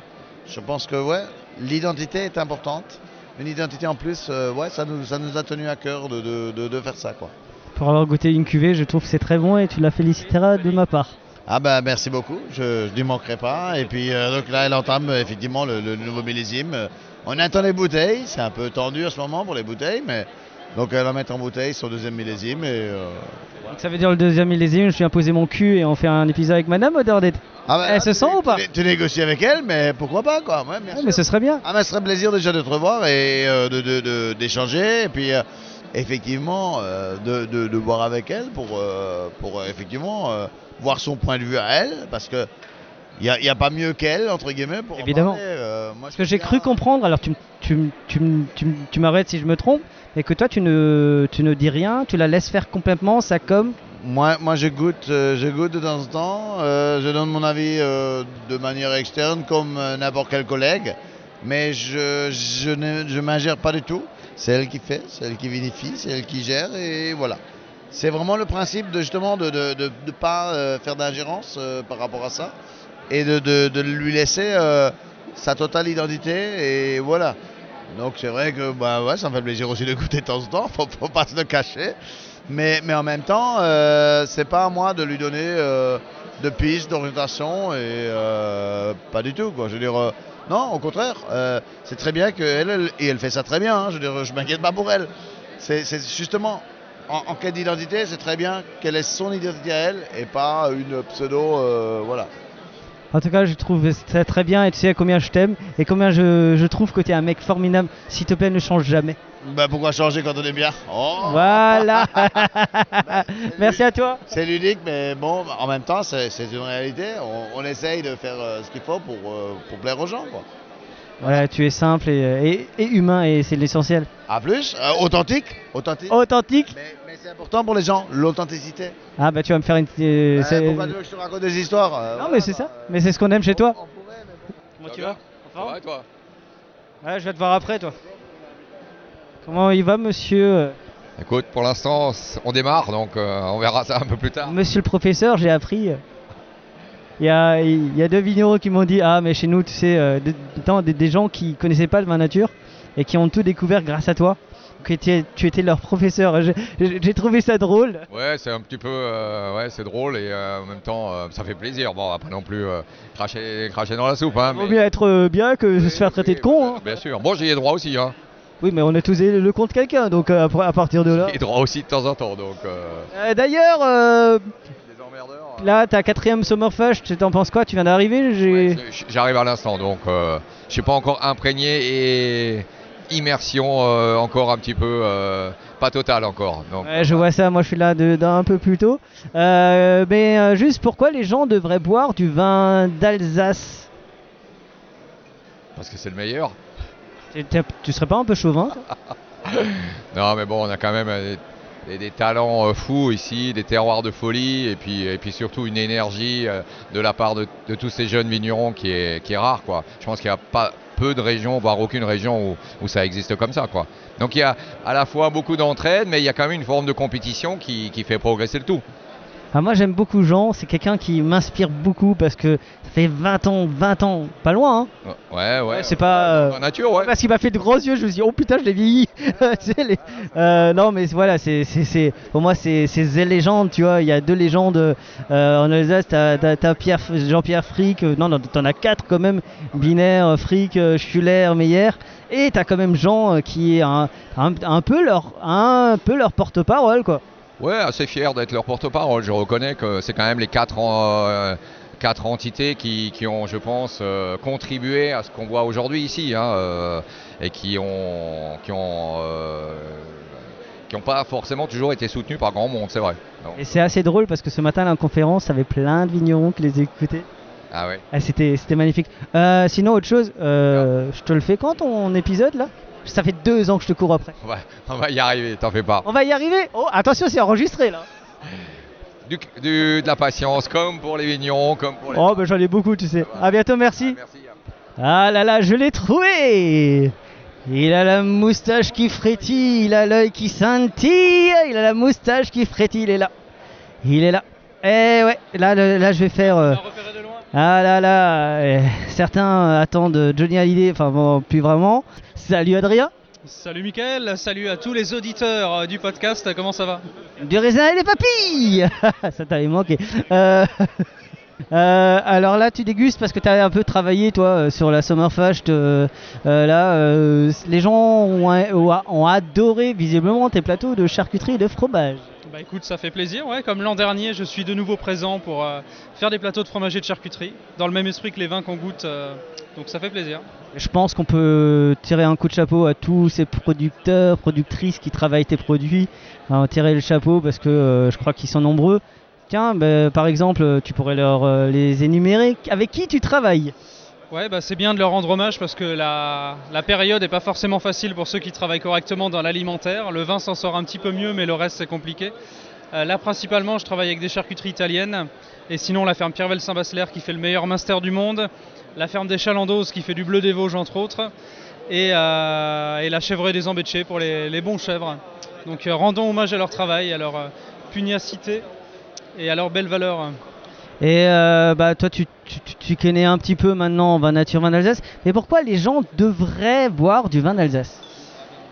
Speaker 30: Je pense que ouais, l'identité est importante. Une identité en plus, euh, ouais, ça nous, ça nous a tenu à cœur de, de- de- de faire ça quoi.
Speaker 3: Pour avoir goûté une cuvée, je trouve que c'est très bon et tu la féliciteras de ma part.
Speaker 30: Ah ben merci beaucoup, je ne manquerai pas. Et puis euh, donc là, elle entame euh, effectivement le, le nouveau millésime. Euh, On attend les bouteilles, c'est un peu tendu en ce moment pour les bouteilles, mais Donc elle la mettre en bouteille, son deuxième millésime. Et, euh,
Speaker 3: Donc ça veut dire le deuxième millésime, je viens poser mon cul et on fait un épisode avec Madame Odordette.
Speaker 30: Ah bah,
Speaker 3: Elle se sent ou pas
Speaker 30: tu négocies avec elle, mais pourquoi pas quoi ouais, bien
Speaker 3: Ouais, mais ce serait bien.
Speaker 30: Ah, mais ce serait plaisir déjà de te revoir et euh, de- de- de- d'échanger. Et puis, euh, effectivement, euh, de, de- de boire avec elle pour, euh, pour euh, effectivement, euh, voir son point de vue à elle. Parce que il n'y a, pas mieux qu'elle, entre guillemets, pour en
Speaker 3: Évidemment.
Speaker 30: parler, euh, moi,
Speaker 3: Parce que j'ai cru comprendre, alors tu, m- tu, m- tu, m- tu, m- tu m'arrêtes si je me trompe, mais que toi tu ne, tu ne dis rien, tu la laisses faire complètement, ça comme.
Speaker 30: Moi, moi je goûte, euh, je goûte de temps en temps. euh, je donne mon avis euh, de manière externe, comme euh, n'importe quel collègue. Mais je, je ne je m'ingère pas du tout. C'est elle qui fait, c'est elle qui vinifie, c'est elle qui gère, et voilà. C'est vraiment le principe de justement de ne de, de pas euh, faire d'ingérence euh, par rapport à ça et de, de- de lui laisser euh, sa totale identité et voilà. Donc c'est vrai que bah ouais, ça me fait plaisir aussi de goûter de temps en temps, faut, faut pas se le cacher. Mais, mais en même temps, euh, c'est pas à moi de lui donner euh, de pistes, d'orientation, et euh, pas du tout quoi. Je veux dire, euh, non, au contraire, euh, c'est très bien qu'elle, elle, et elle fait ça très bien, hein, je veux dire, je m'inquiète pas pour elle. C'est c'est justement, en, en quête d'identité, c'est très bien qu'elle ait son identité à elle, et pas une pseudo, euh, voilà.
Speaker 3: En tout cas, je trouve ça très bien et tu sais combien je t'aime et combien je, je trouve que t'es un mec formidable. S'il te plaît, ne change jamais.
Speaker 30: Bah pourquoi changer quand on est bien Oh
Speaker 3: Voilà Merci à toi
Speaker 30: C'est ludique, mais bon, en même temps, c'est c'est une réalité. On, on essaye de faire euh, ce qu'il faut pour, euh, pour plaire aux gens, quoi.
Speaker 3: Voilà, tu es simple et, et- et humain et c'est l'essentiel.
Speaker 30: À plus, euh, authentique, authentique.
Speaker 3: Authentique.
Speaker 30: Mais, mais c'est important pour les gens, l'authenticité.
Speaker 3: Ah bah tu vas me faire une... euh,
Speaker 30: Euh,
Speaker 3: c'est-
Speaker 30: pourquoi tu veux que je te raconte des histoires euh,
Speaker 3: Non
Speaker 30: voilà.
Speaker 3: mais c'est ça, mais c'est ce qu'on aime chez toi.
Speaker 19: Comment tu vas Ouais, toi
Speaker 3: Ouais, je vais te voir après toi. Comment il va monsieur
Speaker 31: Écoute, pour l'instant, c- on démarre, donc euh, on verra ça un peu plus tard.
Speaker 3: Monsieur le professeur, j'ai appris. euh, Il y a, il y a deux vignerons qui m'ont dit Ah, mais chez nous, tu sais, euh, des, tant des- des gens qui connaissaient pas le vin nature et qui ont tout découvert grâce à toi. Que tu, es- tu étais leur professeur. J'ai- J'ai j'ai trouvé ça drôle.
Speaker 31: Ouais, c'est un petit peu, euh, ouais, c'est drôle et euh, en même temps, euh, ça fait plaisir. Bon, on va pas non plus euh, cracher, cracher dans la soupe, hein,
Speaker 3: Vaut
Speaker 31: mais
Speaker 3: mieux être euh, bien que se faire traiter de con. hein.
Speaker 31: bien sûr. Bon, j'y ai droit aussi, hein.
Speaker 3: Oui, mais on a tous le compte quelqu'un, donc euh, après- à partir de là.
Speaker 31: J'y ai droit aussi de temps en temps, donc. euh,
Speaker 3: Euh, D'ailleurs, euh, là, ta quatrième Summerfest, tu t'en penses quoi Tu viens d'arriver j'ai-
Speaker 31: J- J'arrive à l'instant, donc euh, je suis pas encore imprégné et immersion euh, encore un petit peu, euh, pas totale encore. Donc,
Speaker 3: Ouais, je vois ça, moi je suis là de- d'un peu plus tôt. Euh, mais euh, juste pourquoi les gens devraient boire du vin d'Alsace
Speaker 31: parce que c'est le meilleur.
Speaker 3: T'es- t'es- Tu serais pas un peu chauvin toi
Speaker 31: Non, mais bon, on a quand même euh, des, des- des talents euh, fous ici, des terroirs de folie, et puis, et puis surtout une énergie euh, de la part de, de tous ces jeunes vignerons qui est, qui est rare, quoi. Je pense qu'il n'y a pas peu de régions, voire aucune région où, où ça existe comme ça, quoi. Donc il y a à la fois beaucoup d'entraide, mais il y a quand même une forme de compétition qui, qui fait progresser le tout.
Speaker 3: Ah, moi j'aime beaucoup Jean, c'est quelqu'un qui m'inspire beaucoup parce que ça fait 20 ans, 20 ans, pas loin. hein.
Speaker 31: Ouais, ouais.
Speaker 3: c'est pas. euh,
Speaker 31: nature, ouais.
Speaker 3: Parce qu'il m'a fait de gros yeux, je me suis dit, oh putain, je l'ai vieilli. Tu sais, les- euh, non, mais voilà, c'est, c'est, c'est- pour moi, c'est, c'est des légendes, tu vois. Il y a deux légendes euh, en Alsace. T'as, t'as- t'as Pierre, Jean-Pierre Frick, euh, non, non, t'en as quatre quand même. Binaire, euh, Frick, euh, Schuller, Meyer. Et t'as quand même Jean euh, qui est un, un, un peu leur, un peu leur porte-parole, quoi.
Speaker 31: Ouais, assez fier d'être leur porte-parole. Je reconnais que c'est quand même les quatre, en- euh, quatre entités qui, qui ont, je pense, euh, contribué à ce qu'on voit aujourd'hui ici hein, euh, et qui ont, qui ont, euh, qui ont pas forcément toujours été soutenues par grand monde, c'est vrai. Non.
Speaker 3: Et c'est assez drôle parce que ce matin, là, en conférence, ça avait plein de vignerons qui les écoutaient.
Speaker 31: Ah ouais.
Speaker 3: Ah, c'était, c'était magnifique. Euh, sinon, autre chose, euh, je te le fais quand ton épisode là Ça fait deux ans que je te cours après.
Speaker 31: On va, on va y arriver, t'en fais pas.
Speaker 3: On va y arriver Oh, attention, c'est enregistré là
Speaker 31: Du, du- de la patience, comme pour les vignerons, comme pour les.
Speaker 3: Oh, bah j'en ai beaucoup, tu sais. À bientôt, merci. Ah là là, je l'ai trouvé Il a la moustache qui frétille, il a l'œil qui scintille, il a la moustache qui frétille, il est là. Il est là. Eh ouais, là, le- là je vais faire. euh, Ah là là, euh, certains euh, attendent Johnny Hallyday, enfin bon, plus vraiment. Salut Adrien
Speaker 32: Salut Mickaël, salut à tous les auditeurs euh, du podcast, comment ça va
Speaker 3: Du raisin et des papilles Ça t'avait manqué. Euh, Euh, alors là, tu dégustes parce que tu as un peu travaillé, toi, euh, sur la Summerfest. euh, euh, là, euh, c- les gens ont, ont- ont adoré, visiblement, tes plateaux de charcuterie et de fromage.
Speaker 32: Bah écoute, ça fait plaisir, ouais. Comme l'an dernier, je suis de nouveau présent pour euh, faire des plateaux de fromage et de charcuterie, dans le même esprit que les vins qu'on goûte, euh, donc ça fait plaisir.
Speaker 3: Je pense qu'on peut tirer un coup de chapeau à tous ces producteurs, productrices qui travaillent tes produits. Enfin, tirer le chapeau parce que euh, je crois qu'ils sont nombreux. Tiens, bah, par exemple, euh, tu pourrais leur euh, les énumérer. Avec qui tu travailles
Speaker 32: Ouais, bah c'est bien de leur rendre hommage parce que la, la période n'est pas forcément facile pour ceux qui travaillent correctement dans l'alimentaire. Le vin s'en sort un petit peu mieux, mais le reste c'est compliqué. Euh, là, principalement, je travaille avec des charcuteries italiennes et sinon la ferme Piervel Saint-Basler qui fait le meilleur master du monde, la ferme des Chalandoses qui fait du bleu des Vosges entre autres et, euh, et la chèvrerie des Embêchés pour les, les bons chèvres. Donc euh, rendons hommage à leur travail, à leur euh, pugnacité et à leur belle valeur.
Speaker 3: Et euh, bah, toi, tu, tu- tu- tu connais un petit peu maintenant en vin nature, vin d'Alsace. Mais pourquoi les gens devraient boire du vin d'Alsace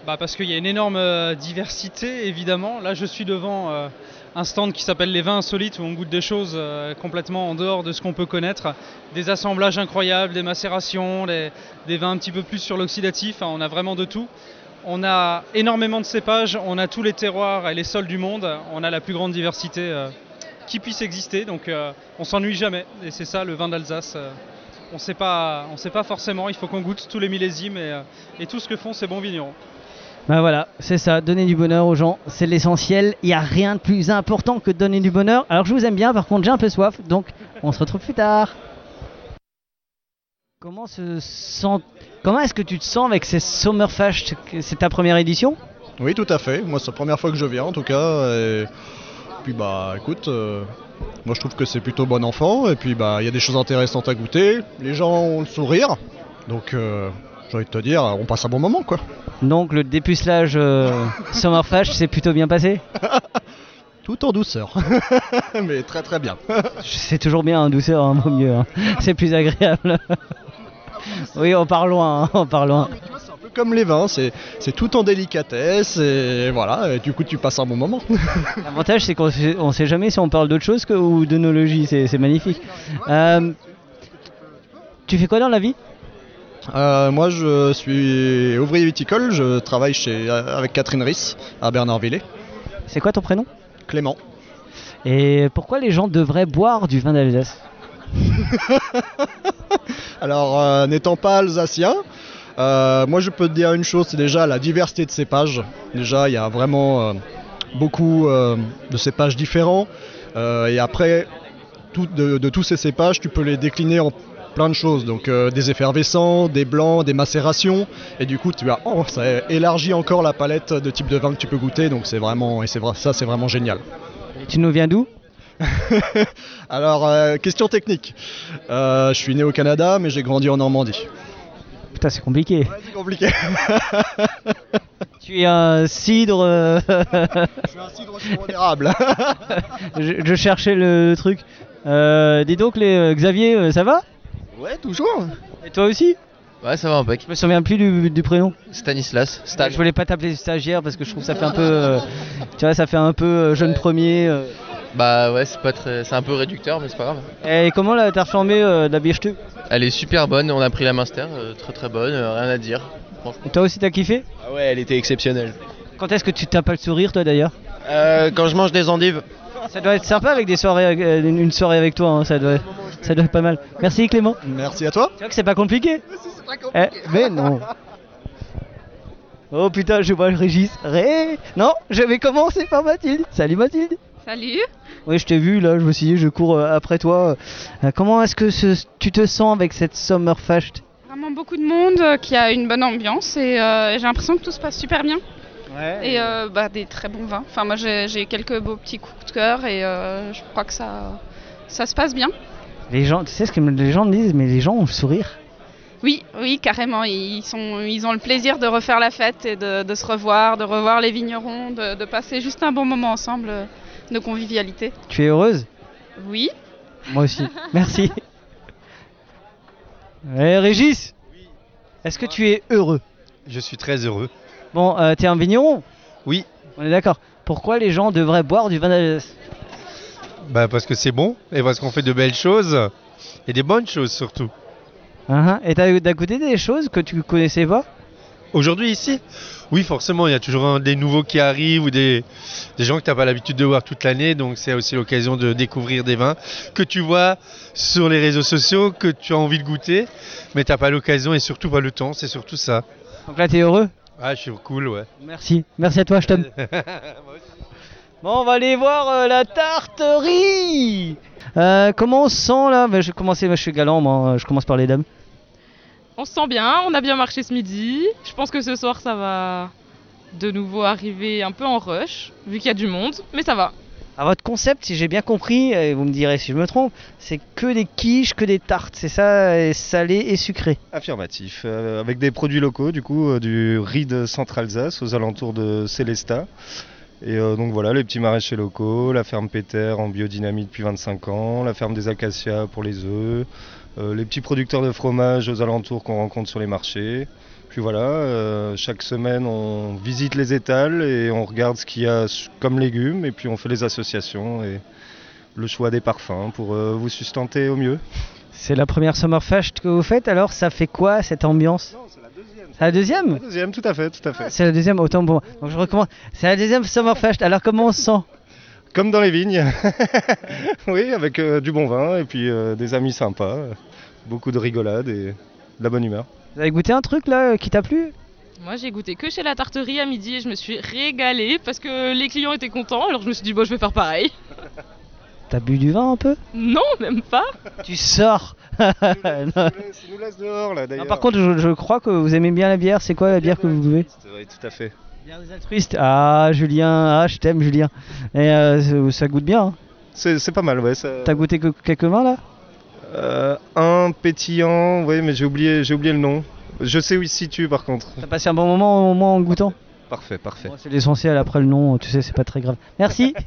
Speaker 32: Bah parce qu'il y a une énorme euh, diversité évidemment. Là je suis devant euh, un stand qui s'appelle les vins insolites où on goûte des choses euh, complètement en dehors de ce qu'on peut connaître. Des assemblages incroyables, des macérations, des, des vins un petit peu plus sur l'oxydatif, Enfin, on a vraiment de tout. On a énormément de cépages, on a tous les terroirs et les sols du monde, on a la plus grande diversité euh, qui puisse exister, donc euh, on s'ennuie jamais et c'est ça le vin d'Alsace. euh, on sait pas, on sait pas forcément, il faut qu'on goûte tous les millésimes et, euh, et tout ce que font ces bons vignerons.
Speaker 3: Bah voilà, c'est ça, donner du bonheur aux gens, c'est l'essentiel. Il n'y a rien de plus important que de donner du bonheur. Alors je vous aime bien, par contre j'ai un peu soif, donc on se retrouve plus tard. Comment, se sent... Comment est-ce que tu te sens avec ces Sommerfest C'est ta première édition
Speaker 33: Oui, tout à fait. Moi, c'est la première fois que je viens, en tout cas. Et puis, bah, écoute, euh, moi, je trouve que c'est plutôt bon enfant. Et puis, bah, il y a des choses intéressantes à goûter. Les gens ont le sourire. Donc, euh, j'ai envie de te dire, on passe un bon moment, quoi.
Speaker 3: Donc le dépucelage euh, Sommerfest s'est plutôt bien passé
Speaker 33: Tout en douceur. Mais très, très bien.
Speaker 3: C'est toujours bien, en douceur, hein, vaut mieux. hein. C'est plus agréable. oui, on part loin, hein, on part loin.
Speaker 33: Un peu comme les vins, c'est c'est tout en délicatesse. Et voilà, et du coup, tu passes un bon moment.
Speaker 3: L'avantage, c'est qu'on sait, on sait jamais si on parle d'autre chose que ou d'onologie, c'est c'est magnifique. Euh, tu fais quoi dans la vie
Speaker 33: Euh, moi, je suis ouvrier viticole. Je travaille chez, avec Catherine Riss à Bernardvillers.
Speaker 3: C'est quoi ton prénom
Speaker 33: Clément.
Speaker 3: Et pourquoi les gens devraient boire du vin d'Alsace
Speaker 33: Alors, euh, n'étant pas alsacien, euh, moi je peux te dire une chose, c'est déjà la diversité de cépages. Déjà, il y a vraiment euh, beaucoup euh, de cépages différents. Euh, et après, tout- de, de tous ces cépages, tu peux les décliner en plein de choses. Donc, euh, des effervescents, des blancs, des macérations. Et du coup, tu as, oh, ça élargit encore la palette de types de vins que tu peux goûter. Donc, c'est vraiment, et c'est vrai, ça, c'est vraiment génial.
Speaker 3: Et tu nous viens d'où
Speaker 33: Alors, euh, question technique. Euh, je suis né au Canada, mais j'ai grandi en Normandie.
Speaker 3: Putain, c'est compliqué.
Speaker 33: C'est compliqué.
Speaker 3: Tu es un cidre. euh,
Speaker 33: je suis un cidre sirop d'érable.
Speaker 3: je, je cherchais le, le truc. Euh, dis donc, les, euh, Xavier, euh, ça va
Speaker 13: Ouais, toujours.
Speaker 3: Et toi aussi
Speaker 13: Ouais, ça va, un bec.
Speaker 3: Je me souviens plus du, du prénom.
Speaker 13: Stanislas.
Speaker 3: Je voulais pas t'appeler stagiaire parce que je trouve que ça fait un peu. euh, tu vois, ça fait un peu euh, jeune premier. euh.
Speaker 13: Bah ouais, c'est pas très, c'est un peu réducteur, mais c'est pas grave.
Speaker 3: Et comment là, t'as reformé euh, de la bière tue
Speaker 13: Elle est super bonne. On a pris la master, euh, très très bonne, euh, rien à dire. Franchement.
Speaker 3: Toi aussi, t'as kiffé
Speaker 13: Ah ouais, elle était exceptionnelle.
Speaker 3: Quand est-ce que tu t'as pas le sourire, toi d'ailleurs
Speaker 13: Euh, quand je mange des endives.
Speaker 3: Ça doit être sympa avec des soirées, avec- euh, une une soirée avec toi, hein, ça, doit, ça doit être pas mal. Merci Clément.
Speaker 33: Merci à toi.
Speaker 3: Tu vois que c'est pas compliqué Eh, mais non. Oh putain, je vois le Régis. Ré Non, je vais commencer par Mathilde. Salut Mathilde.
Speaker 16: Salut.
Speaker 3: Oui, je t'ai vu là, je me suis dit, je cours euh, après toi. Euh, comment est-ce que ce- tu te sens avec cette Sommerfest
Speaker 16: Vraiment beaucoup de monde, euh, qui a une bonne ambiance et euh, j'ai l'impression que tout se passe super bien. Et euh, bah, des très bons vins. Enfin, moi j'ai j'ai eu quelques beaux petits coups de cœur et euh, je crois que ça, ça se passe bien.
Speaker 3: Les gens, tu sais ce que me- les gens me disent, mais les gens ont le sourire.
Speaker 16: Oui, oui, carrément. Ils, sont, ils ont le plaisir de refaire la fête et de, de se revoir, de revoir les vignerons, de, de passer juste un bon moment ensemble euh, de convivialité.
Speaker 3: Tu es heureuse
Speaker 16: Oui.
Speaker 3: Moi aussi. Merci. Eh, Régis Est-ce que tu es heureux
Speaker 15: Je suis très heureux.
Speaker 3: Bon, euh, t'es un vigneron
Speaker 15: Oui.
Speaker 3: On est d'accord. Pourquoi les gens devraient boire du vin d'Alsace
Speaker 34: Bah parce que c'est bon et parce qu'on fait de belles choses et des bonnes choses surtout.
Speaker 3: Hein, hein. Et t'as t'as goûté des choses que tu connaissais pas
Speaker 34: Aujourd'hui ici Oui forcément il y a toujours un- des nouveaux qui arrivent ou des, des gens que tu n'as pas l'habitude de voir toute l'année donc c'est aussi l'occasion de découvrir des vins que tu vois sur les réseaux sociaux, que tu as envie de goûter mais t'as pas l'occasion et surtout pas le temps, c'est surtout ça.
Speaker 3: Donc là t'es heureux
Speaker 34: Ah je suis cool ouais.
Speaker 3: Merci, merci à toi, je t'aime. Bon, on va aller voir euh, la tarterie Euh, Comment on se sent là Bah, Je vais commencer, bah, je suis galant, moi, euh, je commence par les dames.
Speaker 15: On se sent bien, on a bien marché ce midi. Je pense que ce soir, ça va de nouveau arriver un peu en rush, vu qu'il y a du monde, mais ça va.
Speaker 3: À votre concept, si j'ai bien compris, et vous me direz si je me trompe, c'est que des quiches, que des tartes, c'est ça, et salé et sucré.
Speaker 35: Affirmatif, euh, avec des produits locaux, du coup, euh, du riz de Centre-Alsace aux alentours de Célestat. Et euh, donc voilà, les petits maraîchers locaux, la ferme Péter en biodynamie depuis 25 ans, la ferme des acacias pour les œufs, euh, les petits producteurs de fromage aux alentours qu'on rencontre sur les marchés. Puis voilà, euh, chaque semaine on visite les étals et on regarde ce qu'il y a s- comme légumes et puis on fait les associations et le choix des parfums pour euh, vous sustenter au mieux.
Speaker 3: C'est la première Summerfest que vous faites, alors ça fait quoi cette ambiance c'est la deuxième. Ah,
Speaker 35: La deuxième, tout à fait, tout à fait.
Speaker 3: C'est la deuxième, autant pour moi. Donc je recommence. C'est la deuxième Summerfest. Alors comment on se sent
Speaker 35: Comme dans les vignes. oui, avec euh, du bon vin et puis euh, des amis sympas, euh, beaucoup de rigolade et de la bonne humeur.
Speaker 3: Vous avez goûté un truc là euh, qui t'a plu
Speaker 15: Moi, j'ai goûté que chez la tarterie à midi et je me suis régalée parce que les clients étaient contents, alors je me suis dit, bon, je vais faire pareil.
Speaker 3: T'as bu du vin un peu
Speaker 15: Non, même pas.
Speaker 3: Tu sors Ah,
Speaker 35: Tu Ah, nous laisses dehors là d'ailleurs.
Speaker 3: Par contre, je, je crois que vous aimez bien la bière. C'est quoi la bière que vous buvez
Speaker 35: Oui, tout à fait.
Speaker 3: Altruiste. Ah, Julien, ah, je t'aime, Julien. Et euh, ça- ça goûte bien. hein.
Speaker 35: C'est c'est pas mal, ouais. ça-
Speaker 3: T'as goûté que quelques vins là
Speaker 35: Euh, un pétillant, oui, mais j'ai oublié, j'ai oublié le nom. Je sais où il se situe par contre.
Speaker 3: T'as passé un bon moment au moins en goûtant
Speaker 35: Parfait, parfait.
Speaker 3: Oh, C'est l'essentiel après le nom, tu sais, c'est pas très grave. Merci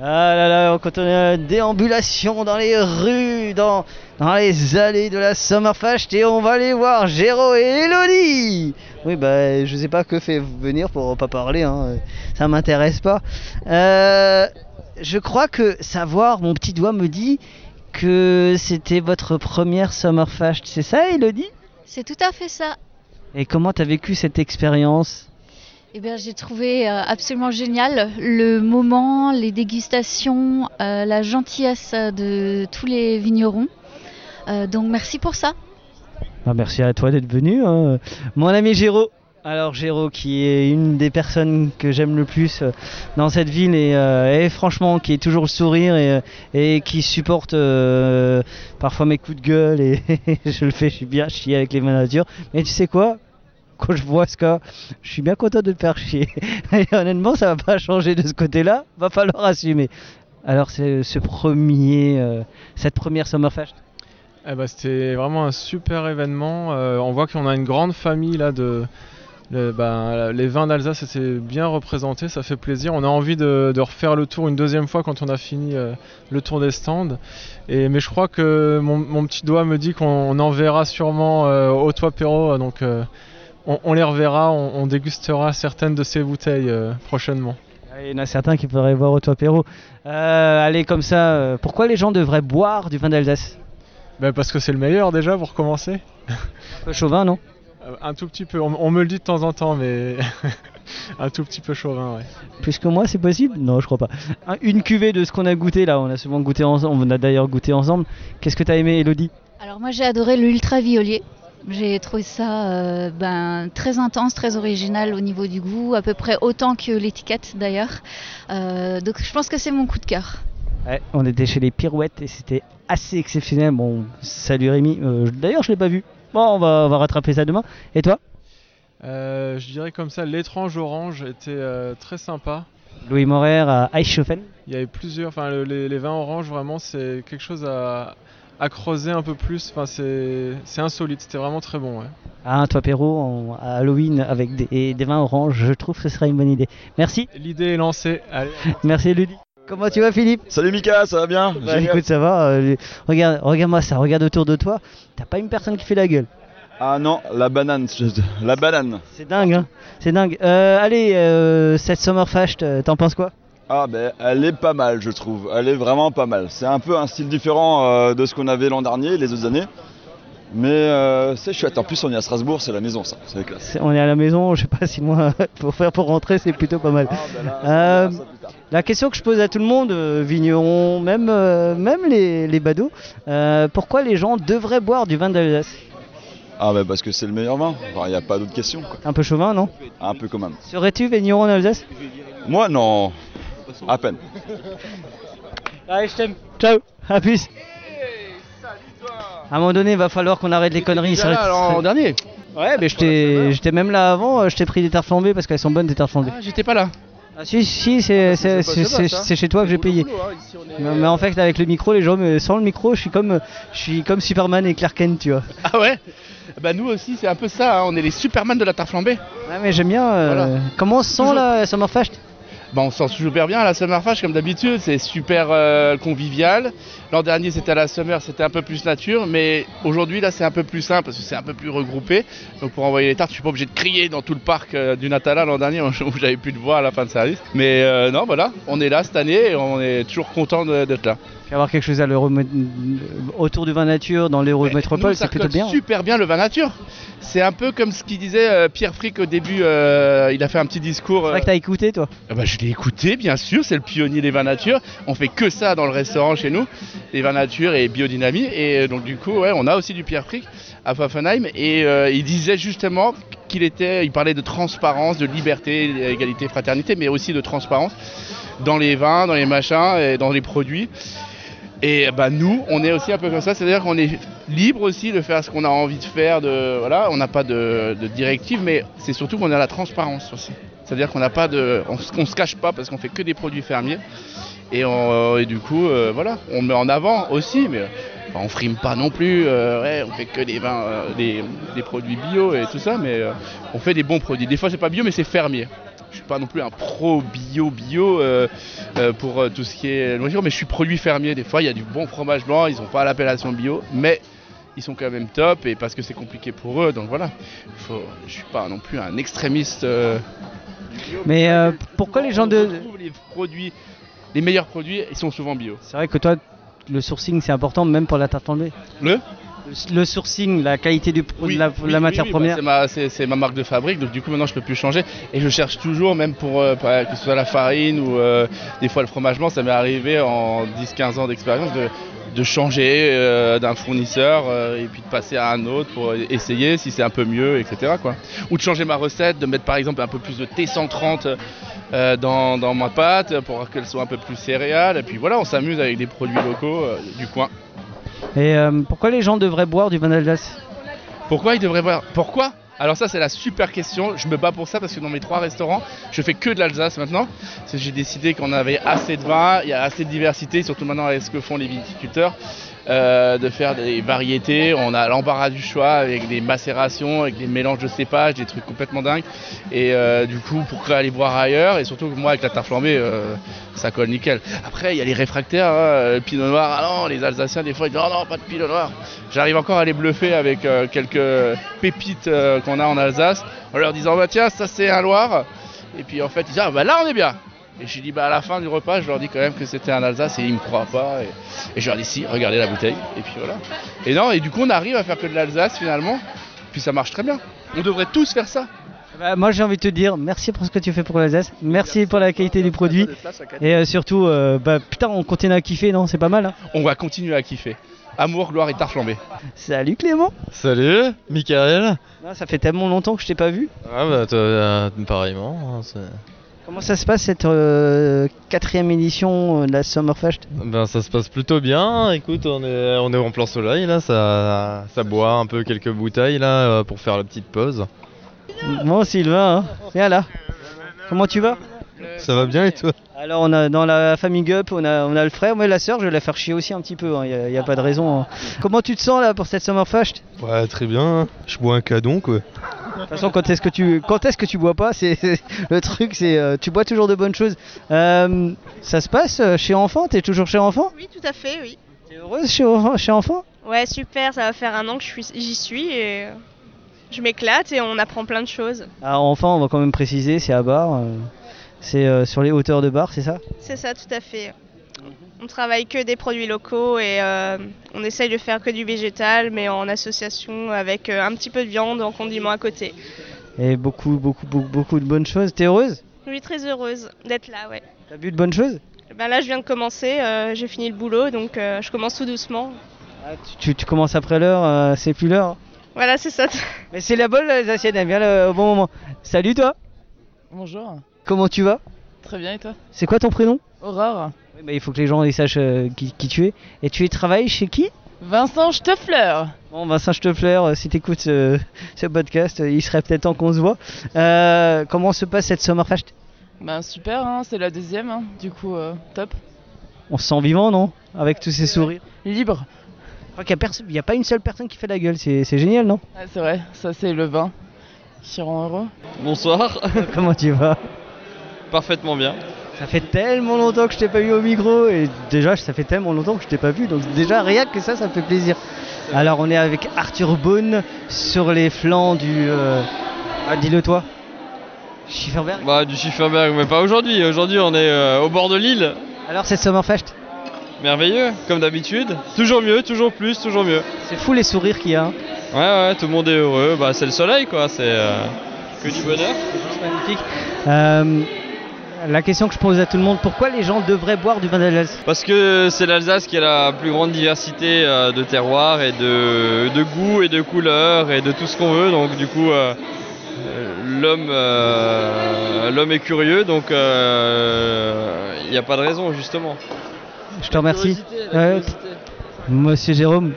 Speaker 3: Ah là là, quand on est en déambulation dans les rues, dans, dans les allées de la Summerfest, et on va aller voir Géro et Elodie Oui, bah, je sais pas que fait venir pour pas parler, hein, ça m'intéresse pas. Euh, je crois que savoir, mon petit doigt me dit que c'était votre première Summerfest, c'est ça, Elodie
Speaker 18: C'est tout à fait ça.
Speaker 3: Et comment t'as vécu cette expérience
Speaker 18: Eh bien, j'ai trouvé euh, absolument génial le moment, les dégustations, euh, la gentillesse de tous les vignerons. Euh, donc, merci pour ça.
Speaker 3: Ah, merci à toi d'être venu. hein. Mon ami Géraud. Alors Géraud qui est une des personnes que j'aime le plus euh, dans cette ville et, euh, et franchement qui est toujours le sourire et, euh, et qui supporte euh, parfois mes coups de gueule et je le fais, je suis bien chier avec les managers. Mais tu sais quoi quand je vois ce cas, je suis bien content de te faire chier. Et honnêtement, ça va pas changer de ce côté-là. Va falloir assumer. Alors, c'est ce premier, euh, cette première Summerfest.
Speaker 14: Eh ben, c'était vraiment un super événement. Euh, on voit qu'on a une grande famille là de. le- ben, les vins d'Alsace étaient bien représentés, ça fait plaisir. On a envie de, de refaire le tour une deuxième fois quand on a fini euh, le tour des stands. Et, mais je crois que mon, mon petit doigt me dit qu'on on en verra sûrement euh, au Toit Perrault. Donc euh, on, on les reverra, on, on dégustera certaines de ces bouteilles euh, prochainement.
Speaker 3: Il y en a certains qui pourraient voir au toit Perrault. Euh, allez, comme ça, euh, pourquoi les gens devraient boire du vin d'Alsace
Speaker 14: Ben, parce que c'est le meilleur déjà pour commencer.
Speaker 3: Un peu chauvin, non
Speaker 14: Euh, Un tout petit peu, on, on me le dit de temps en temps, mais un tout petit peu chauvin, ouais.
Speaker 3: Plus que moi, c'est possible Non, je crois pas. Un- Une cuvée de ce qu'on a goûté là, on a souvent goûté ensemble, on a d'ailleurs goûté ensemble. Qu'est-ce que t'as aimé, Elodie
Speaker 18: Alors, moi, j'ai adoré l'ultra violier. J'ai trouvé ça euh, ben, très intense, très original au niveau du goût, à peu près autant que l'étiquette d'ailleurs. Euh, donc, je pense que c'est mon coup de cœur.
Speaker 3: Ouais, on était chez les pirouettes et c'était assez exceptionnel. Bon, salut Rémi. Euh, je- d'ailleurs, je l'ai pas vu. Bon, on va, on va rattraper ça demain. Et toi
Speaker 14: Euh, je dirais comme ça, l'étrange orange était euh, très sympa.
Speaker 3: Louis Morer à Eichhofen.
Speaker 14: Il y avait plusieurs, enfin le- les, les vins oranges vraiment c'est quelque chose à, à creuser un peu plus, enfin c'est c'est insolite, c'était vraiment très bon. Ouais.
Speaker 3: Ah, un toit Perrault en- à Halloween avec des, et des vins oranges, je trouve que ce sera une bonne idée. Merci.
Speaker 14: L'idée est lancée, allez.
Speaker 3: Merci Ludie. Comment tu vas Philippe
Speaker 36: Salut Mika, ça va bien
Speaker 3: Bah
Speaker 36: Génial.
Speaker 3: écoute, ça va. euh, regarde, regarde-moi ça, regarde autour de toi. T'as pas une personne qui fait la gueule.
Speaker 36: Ah non, la banane, je- la banane.
Speaker 3: C'est dingue, hein C'est dingue. Euh, allez, euh, cette Summerfest, euh, t'en penses quoi
Speaker 8: Ah ben elle est pas mal je trouve, elle est vraiment pas mal. C'est un peu un style différent euh, de ce qu'on avait l'an dernier, les autres années. Mais euh, c'est chouette, en plus on est à Strasbourg, c'est la maison ça, c'est classe.
Speaker 3: C'est- On est à la maison, je sais pas si moi, pour faire pour rentrer, c'est plutôt pas mal. Euh, la question que je pose à tout le monde, euh, vignerons, même, euh, même les, les badauds, euh, pourquoi les gens devraient boire du vin d'Alsace
Speaker 8: Ah ben parce que c'est le meilleur vin, il n'y a pas d'autre question quoi.
Speaker 3: Un peu chauvin, non
Speaker 8: Un peu quand même.
Speaker 3: Serais-tu vigneron en Alsace
Speaker 8: Moi non, à peine.
Speaker 22: euh,
Speaker 26: Ah,
Speaker 3: Allez, je t'aime. Ciao, à plus. À un moment donné, il va falloir qu'on arrête les conneries.
Speaker 23: déjà
Speaker 3: ça-
Speaker 23: là, alors, en dernier Ah,
Speaker 3: Ouais, mais je t'ai- j'étais même là avant, euh, je t'ai pris des tartes flambées parce qu'elles sont bonnes, des tartes flambées.
Speaker 23: J'étais pas là.
Speaker 3: Ah si, si, c'est c'est-
Speaker 23: c'est- c'est
Speaker 3: c'est-
Speaker 23: pas
Speaker 3: c'est-
Speaker 23: ça.
Speaker 3: c'est chez toi que j'ai payé.
Speaker 23: hein,
Speaker 3: Non, mais en fait, avec le micro, les gens, me- sans le micro, je suis comme, je suis comme Superman et Clark Kent, tu vois.
Speaker 23: Ah ouais Bah nous aussi, c'est un peu ça. hein, On est les Superman de la tarte flambée.
Speaker 3: Ah mais j'aime bien. euh, Comment on se sent là, Summerfest
Speaker 23: Bah on se sent super bien à la Summerfest comme d'habitude. C'est super euh, convivial. L'an dernier c'était à la Summer, c'était un peu plus nature, mais aujourd'hui là c'est un peu plus simple parce que c'est un peu plus regroupé. Donc pour envoyer les tartes, je suis pas obligé de crier dans tout le parc euh, du Natala l'an dernier où j'avais plus de voix à la fin de service. Mais euh, non, voilà, on est là cette année et on est toujours content de- d'être là.
Speaker 3: Il va y avoir quelque chose à l'Euro autour du vin nature dans l'Eurométropole,
Speaker 23: Nous, ça
Speaker 3: c'est plutôt
Speaker 23: recolle
Speaker 3: bien.
Speaker 23: super bien le vin nature. C'est un peu comme ce qu'il disait euh, Pierre Frick au début. euh, il a fait un petit discours.
Speaker 3: C'est vrai que t'as écouté toi.
Speaker 23: Ah bah, je l'ai écouté, bien sûr, c'est le pionnier des vins nature. On fait que ça dans le restaurant chez nous, les vins nature et biodynamie. Et euh, donc, du coup, ouais, on a aussi du Pierre Frick à Pfaffenheim. Et euh, il disait justement qu'il était, il parlait de transparence, de liberté, égalité, fraternité, mais aussi de transparence dans les vins, dans les machins et dans les produits. Et bah nous, on est aussi un peu comme ça, c'est-à-dire qu'on est libre aussi de faire ce qu'on a envie de faire, de, voilà, on n'a pas de, de directive, mais c'est surtout qu'on a la transparence aussi. C'est-à-dire qu'on n'a pas de, on, s- qu'on se cache pas parce qu'on fait que des produits fermiers. Et, on- et du coup, euh, voilà, on met en avant aussi, mais euh, enfin, on frime pas non plus. euh, ouais, on fait que des vins, euh, des, des produits bio et tout ça, mais euh, on fait des bons produits. Des fois, c'est pas bio, mais c'est fermier. Je suis pas non plus un pro bio bio euh, euh, pour euh, tout ce qui est nourriture, mais je suis produit fermier. Des fois, il y a du bon fromage blanc, ils n'ont pas l'appellation bio, mais ils sont quand même top et parce que c'est compliqué pour eux. Donc voilà, Faut- je suis pas non plus un extrémiste. euh,
Speaker 3: Mais euh, pourquoi les gens de,
Speaker 23: retrouve les produits, les meilleurs produits, ils sont souvent bio.
Speaker 3: c'est vrai que toi, le sourcing c'est important même pour la tarte flambée.
Speaker 23: Le
Speaker 3: Le sourcing, la qualité du pro- de la, la matière première.
Speaker 23: bah, c'est, ma, c'est- c'est ma marque de fabrique, donc du coup maintenant je peux plus changer. Et je cherche toujours, même pour euh, pa- que ce soit la farine ou euh, des fois le fromage blanc, ça m'est arrivé en 10-15 ans d'expérience de, de changer euh, d'un fournisseur euh, et puis de passer à un autre pour essayer si c'est un peu mieux, etc. Quoi. Ou de changer ma recette, de mettre par exemple un peu plus de T130 euh, dans, dans ma pâte pour qu'elle soit un peu plus céréale. Et puis voilà, on s'amuse avec des produits locaux euh, du coin.
Speaker 3: Et euh, pourquoi les gens devraient boire du vin d'Alsace
Speaker 23: Pourquoi ils devraient boire Pourquoi Alors ça c'est la super question, je me bats pour ça parce que dans mes trois restaurants, je fais que de l'Alsace maintenant. Parce que j'ai décidé qu'on avait assez de vin, il y a assez de diversité, surtout maintenant avec ce que font les viticulteurs, euh, de faire des variétés, on a l'embarras du choix avec des macérations, avec des mélanges de cépages, des trucs complètement dingues. Et euh, du coup, pourquoi aller boire ailleurs Et surtout que moi avec la tarte flambée, euh, ça colle nickel. Après, il y a les réfractaires, hein, le pinot noir, ah non, les Alsaciens des fois ils disent oh non, non, pas de pinot noir. J'arrive encore à les bluffer avec euh, quelques pépites euh, qu'on a en Alsace en leur disant bah tiens ça c'est un Loire et puis en fait ils disent ah bah là on est bien et je dis bah à la fin du repas je leur dis quand même que c'était un Alsace et ils me croient pas et, et je leur dis si regardez la bouteille et puis voilà et non et du coup on arrive à faire que de l'Alsace finalement puis ça marche très bien on devrait tous faire ça
Speaker 3: Bah, moi j'ai envie de te dire merci pour ce que tu fais pour l'Alsace, merci, pour la qualité du produit et euh, surtout euh, bah putain on continue à kiffer non c'est pas mal hein.
Speaker 23: on va continuer à kiffer amour gloire et tarte flambée
Speaker 3: Salut Clément
Speaker 1: Salut, Michael.
Speaker 3: Ah, Ça fait tellement longtemps que je t'ai pas vu.
Speaker 1: Ah bah toi, euh, pareillement. hein, c'est-
Speaker 3: Comment ça se passe cette euh, quatrième édition euh, de la Summerfest
Speaker 1: ben, ça se passe plutôt bien. Écoute, on est, on est en plein soleil là, ça, ça boit un peu quelques bouteilles là euh, pour faire la petite pause.
Speaker 3: Bon Sylvain, hein. viens là. Comment tu vas
Speaker 1: Ça va bien et toi
Speaker 3: Alors on a dans la famille Gup, on a, on a le frère, mais la sœur, je vais la faire chier aussi un petit peu, il n'y a, pas de raison. hein. Comment tu te sens là pour cette Summerfest
Speaker 1: Ouais, très bien. hein. Je bois un cadon quoi.
Speaker 3: De toute façon, quand est-ce que tu quand est-ce que tu bois pas, c'est c'est- le truc, c'est euh, tu bois toujours de bonnes choses. Euh, ça se passe euh, chez enfant, t'es toujours chez enfant
Speaker 2: Oui, tout à fait, oui.
Speaker 3: T'es heureuse chez enfant, chez enfant
Speaker 2: Ouais, super, ça va faire un an que je suis- j'y suis et euh, je m'éclate et on apprend plein de choses.
Speaker 3: Ah, enfant, on va quand même préciser, c'est à bar. euh, C'est euh, sur les hauteurs de Bar, c'est ça
Speaker 2: C'est ça, tout à fait. On travaille que des produits locaux et euh, on essaye de faire que du végétal, mais en association avec euh, un petit peu de viande en condiment à côté.
Speaker 3: Et beaucoup, beaucoup, beaucoup, beaucoup de bonnes choses. T'es heureuse
Speaker 2: Je suis très heureuse d'être là, ouais.
Speaker 3: T'as bu de bonnes choses
Speaker 2: Ben là, je viens de commencer, euh, j'ai fini le boulot, donc euh, je commence tout doucement.
Speaker 3: tu, tu- tu commences après l'heure, euh, c'est plus l'heure.
Speaker 2: Voilà, c'est ça.
Speaker 3: Mais c'est la bonne, les assiettes, elle vient le- au bon moment. Salut toi
Speaker 24: Bonjour.
Speaker 3: Comment tu vas
Speaker 24: Très bien et toi
Speaker 3: C'est quoi ton prénom
Speaker 24: Aurore.
Speaker 3: Oui, bah, Il faut que les gens ils sachent euh, qui, qui tu es. Et tu es travailles chez qui
Speaker 24: Vincent Steffler.
Speaker 3: Bon, Vincent Steffler, euh, si t'écoutes euh, ce podcast, euh, il serait peut-être temps qu'on se voit. Euh, comment se passe cette Sommerfest
Speaker 24: Ben super, hein, c'est la deuxième, hein, du coup euh, top.
Speaker 3: On se sent vivant, non Avec tous ces sourires.
Speaker 24: Libre.
Speaker 3: Je crois qu'il n'y a, pas une seule personne qui fait la gueule, c'est c'est génial, non
Speaker 24: Ah, c'est vrai, ça c'est le vin qui rend heureux.
Speaker 25: Bonsoir,
Speaker 3: Comment tu vas
Speaker 25: parfaitement bien.
Speaker 3: Ça fait tellement longtemps que je t'ai pas eu au micro et déjà ça fait tellement longtemps que je t'ai pas vu donc déjà rien que ça ça me fait plaisir. Alors on est avec Arthur Beaune sur les flancs du euh, ah, dis-le toi. Schifferberg.
Speaker 25: Bah, du Schifferberg, mais pas aujourd'hui. Aujourd'hui, on est euh, au bord de l'île.
Speaker 3: Alors c'est Summerfest.
Speaker 25: Merveilleux, comme d'habitude. Toujours mieux, toujours plus, toujours mieux.
Speaker 3: C'est fou les sourires qu'il y a. hein.
Speaker 25: Ouais, ouais, tout le monde est heureux. Bah, c'est le soleil, quoi. C'est euh, que du bonheur.
Speaker 3: Euh, la question que je pose à tout le monde, pourquoi les gens devraient boire du vin d'Alsace
Speaker 25: Parce que c'est l'Alsace qui a la plus grande diversité euh, de terroirs et de, de goûts et de couleurs et de tout ce qu'on veut. Donc du coup, euh, euh, l'homme euh, l'homme est curieux, donc euh, il n'y a pas de raison justement.
Speaker 3: Je te remercie. Ouais. Monsieur Jérôme.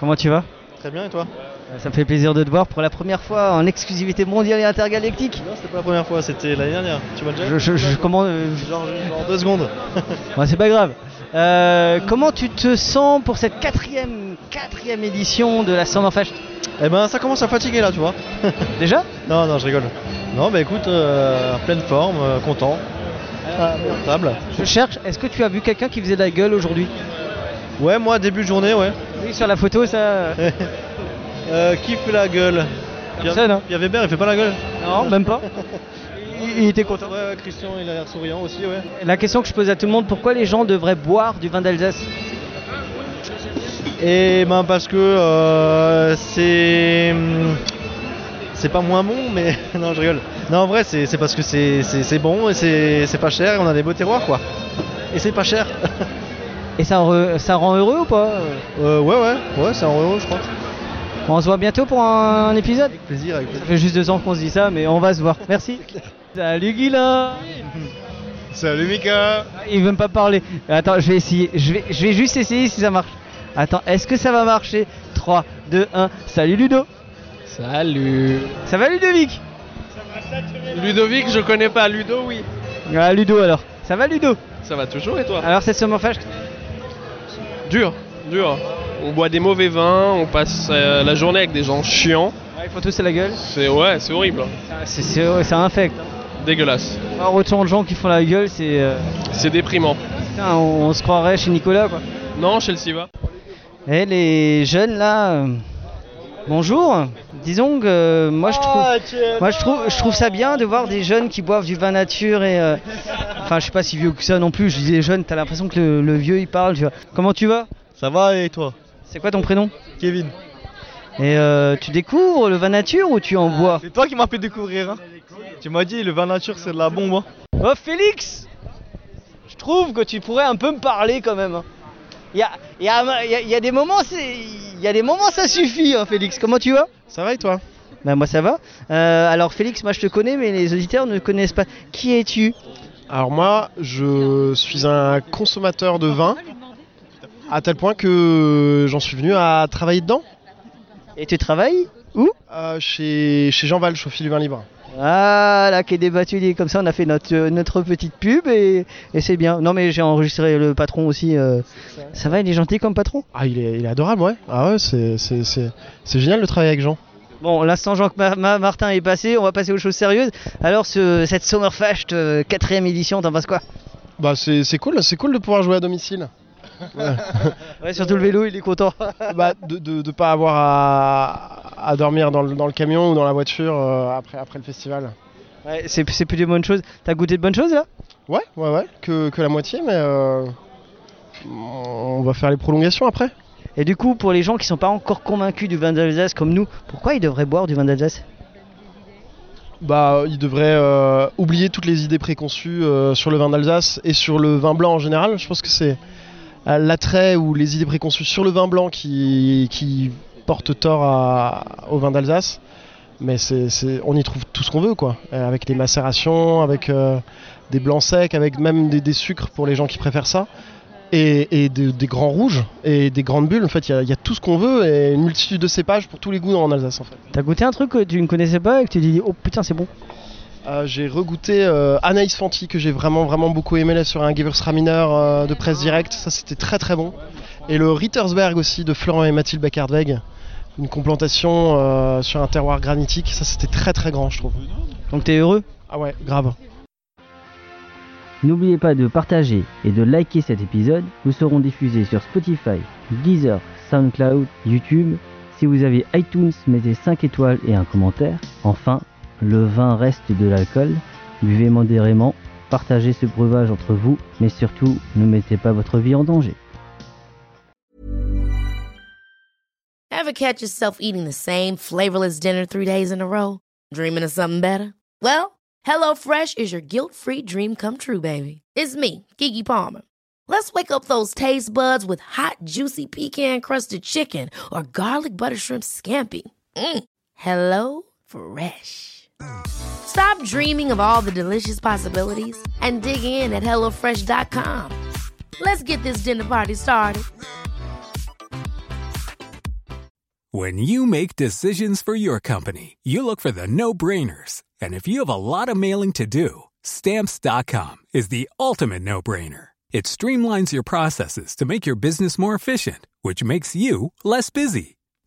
Speaker 3: Comment tu vas
Speaker 26: Très bien et toi
Speaker 3: Euh, Ça me fait plaisir de te voir pour la première fois en exclusivité mondiale et intergalactique.
Speaker 26: Non, c'était pas la première fois, c'était l'année dernière. Tu m'as déjà
Speaker 3: Je, je, je- comment euh,
Speaker 26: Genre, genre deux secondes.
Speaker 3: Ouais, c'est pas grave. Euh, comment tu te sens pour cette quatrième, quatrième édition de la Summerfest
Speaker 26: Eh ben, ça commence à fatiguer là, tu vois.
Speaker 3: Déjà
Speaker 26: Non, non, je rigole. Non, bah écoute, euh, en pleine forme, euh, content.
Speaker 7: Ah,
Speaker 26: Euh, Table.
Speaker 3: Je cherche, est-ce que tu as vu quelqu'un qui faisait de la gueule aujourd'hui
Speaker 26: Ouais, moi, début de journée, ouais.
Speaker 3: Oui, sur la photo, ça.
Speaker 26: Euh, qui fait la gueule Pierre-
Speaker 3: Personne, hein.
Speaker 26: Pierre Weber, il fait pas la gueule
Speaker 3: Non, même pas. Il, il était content.
Speaker 26: Ouais, ouais, Euh, Christian, il a l'air souriant aussi, ouais.
Speaker 3: La question que je pose à tout le monde, pourquoi les gens devraient boire du vin d'Alsace
Speaker 26: Et ben parce que euh, c'est hmm, c'est pas moins bon, mais non je rigole. Non en vrai c'est c'est parce que c'est- c'est c'est bon et c'est c'est pas cher et on a des beaux terroirs quoi. Et c'est pas cher.
Speaker 3: Et ça, re- ça rend heureux ou pas
Speaker 26: Euh, ouais ouais ouais ça rend heureux je crois.
Speaker 3: On se voit bientôt pour un, un épisode
Speaker 26: Plaisir avec plaisir.
Speaker 3: Ça fait juste deux ans qu'on se dit ça, mais on va se voir. Merci. Salut Guilin
Speaker 26: Salut Mika
Speaker 3: Il veut même pas parler. Attends, je vais essayer. Je vais, je vais juste essayer si ça marche. Attends, est-ce que ça va marcher 3, 2, 1. Salut Ludo Salut Ça va Ludovic
Speaker 7: Ludovic, je connais pas. Ludo, oui.
Speaker 3: Ah, Ludo alors. Ça va Ludo
Speaker 7: Ça va toujours et toi
Speaker 3: Alors cette Summerfest
Speaker 7: Dur, dur. On boit des mauvais vins, on passe euh, la journée avec des gens chiants.
Speaker 3: Ouais, ils font tous la gueule.
Speaker 7: C'est ouais, c'est horrible. hein.
Speaker 3: Ah, C'est- C'est ouais, ça infecte.
Speaker 7: Dégueulasse.
Speaker 3: Alors Ah, autant de gens qui font la gueule, c'est... euh,
Speaker 7: C'est déprimant.
Speaker 3: putain, on, on se croirait chez Nicolas quoi.
Speaker 7: Non, Chelsea va.
Speaker 3: Eh les jeunes là... euh, Bonjour Disons que euh, moi je
Speaker 26: Ah,
Speaker 3: trouve... Moi je trouve, je trouve ça bien de voir des jeunes qui boivent du vin nature et... euh, Enfin je suis pas si vieux que ça non plus, je dis les jeunes, t'as l'impression que le, le vieux il parle, tu vois. Comment tu vas
Speaker 26: Ça va et toi
Speaker 3: C'est quoi ton prénom
Speaker 26: Kevin.
Speaker 3: Et euh, tu découvres le vin nature ou tu en bois
Speaker 26: C'est toi qui m'as fait découvrir. hein. Tu m'as dit le vin nature c'est de la bombe. hein.
Speaker 3: Oh Félix Je trouve que tu pourrais un peu me parler quand même. hein. Il y a, il y a- il y a- il y a des moments, c'est- il y a des moments ça suffit hein, Félix. Comment tu vas
Speaker 26: Ça va et toi
Speaker 3: Bah moi ça va. Euh, alors Félix, moi je te connais mais les auditeurs ne connaissent pas. Qui es-tu
Speaker 26: Alors moi, je suis un consommateur de vin, à tel point que j'en suis venu à travailler dedans. Euh,
Speaker 3: Et tu travailles où
Speaker 26: chez, chez Jean Valche au fil du vin libre.
Speaker 3: Voilà, Ah, qui est débattu, comme ça on a fait notre, euh, notre petite pub et, et c'est bien. Non mais j'ai enregistré le patron aussi. euh. Ça va, il est gentil comme patron
Speaker 26: Ah, il est, il est adorable, ouais. Ah ouais, c'est, c'est, c'est, c'est génial de travailler avec Jean.
Speaker 3: Bon, l'instant Jean Ma- Ma- Martin est passé, on va passer aux choses sérieuses. Alors, ce, cette Summerfest, euh, quatrième édition, t'en penses quoi
Speaker 26: Bah c'est, c'est cool, c'est cool de pouvoir jouer à domicile. Ouais.
Speaker 3: Ouais, surtout le vélo, il est content.
Speaker 26: bah, de, de, de pas avoir à, à dormir dans le, dans le camion ou dans la voiture euh, après, après le festival.
Speaker 3: Ouais, c'est c'est plus des bonnes choses. T'as goûté de bonnes choses là
Speaker 26: Ouais, ouais, ouais, que, que la moitié, mais euh, on va faire les prolongations après.
Speaker 3: Et du coup, pour les gens qui sont pas encore convaincus du vin d'Alsace comme nous, pourquoi ils devraient boire du vin d'Alsace
Speaker 26: Bah, il devrait euh, oublier toutes les idées préconçues euh, sur le vin d'Alsace et sur le vin blanc en général. Je pense que c'est euh, l'attrait ou les idées préconçues sur le vin blanc qui, qui portent tort à- au vin d'Alsace. Mais c'est, c'est- on y trouve tout ce qu'on veut, quoi. Euh, Avec les macérations, avec euh, des blancs secs, avec même des, des sucres pour les gens qui préfèrent ça. Et, et de- des grands rouges et des grandes bulles. En fait, il y a- il y a tout ce qu'on veut et une multitude de cépages pour tous les goûts en Alsace, en fait.
Speaker 3: T'as goûté un truc euh, que tu ne connaissais pas et que tu dis oh putain c'est bon
Speaker 26: Euh, j'ai regoûté euh, Anaïs Fanti que j'ai vraiment vraiment beaucoup aimé là sur un Gewürztraminer euh, de presse directe, ça c'était très très bon. Et le Rittersberg aussi de Florent et Mathilde Bacardweg, une complantation euh, sur un terroir granitique, ça c'était très très grand je trouve.
Speaker 3: Donc t'es heureux
Speaker 26: Ah ouais, grave.
Speaker 5: N'oubliez pas de partager et de liker cet épisode. Nous serons diffusés sur Spotify, Deezer, SoundCloud, YouTube. Si vous avez iTunes, mettez 5 étoiles et un commentaire. Enfin, le vin reste de l'alcool. Buvez modérément, partagez ce breuvage entre vous, mais surtout, ne mettez pas votre vie en danger.
Speaker 37: Ever catch yourself eating the same flavorless dinner three days in a row? Dreaming of something better? Well, HelloFresh is your guilt free dream come true, baby. It's me, Kiki Palmer. Let's wake up those taste buds with hot, juicy pecan crusted chicken or garlic butter shrimp scampi. Mm. Hello Fresh. Stop dreaming of all the delicious possibilities and dig in at HelloFresh.com. Let's get this dinner party started.
Speaker 22: When you make decisions for your company, you look for the no brainers. And if you have a lot of mailing to do, stamps.com is the ultimate no brainer. It streamlines your processes to make your business more efficient, which makes you less busy.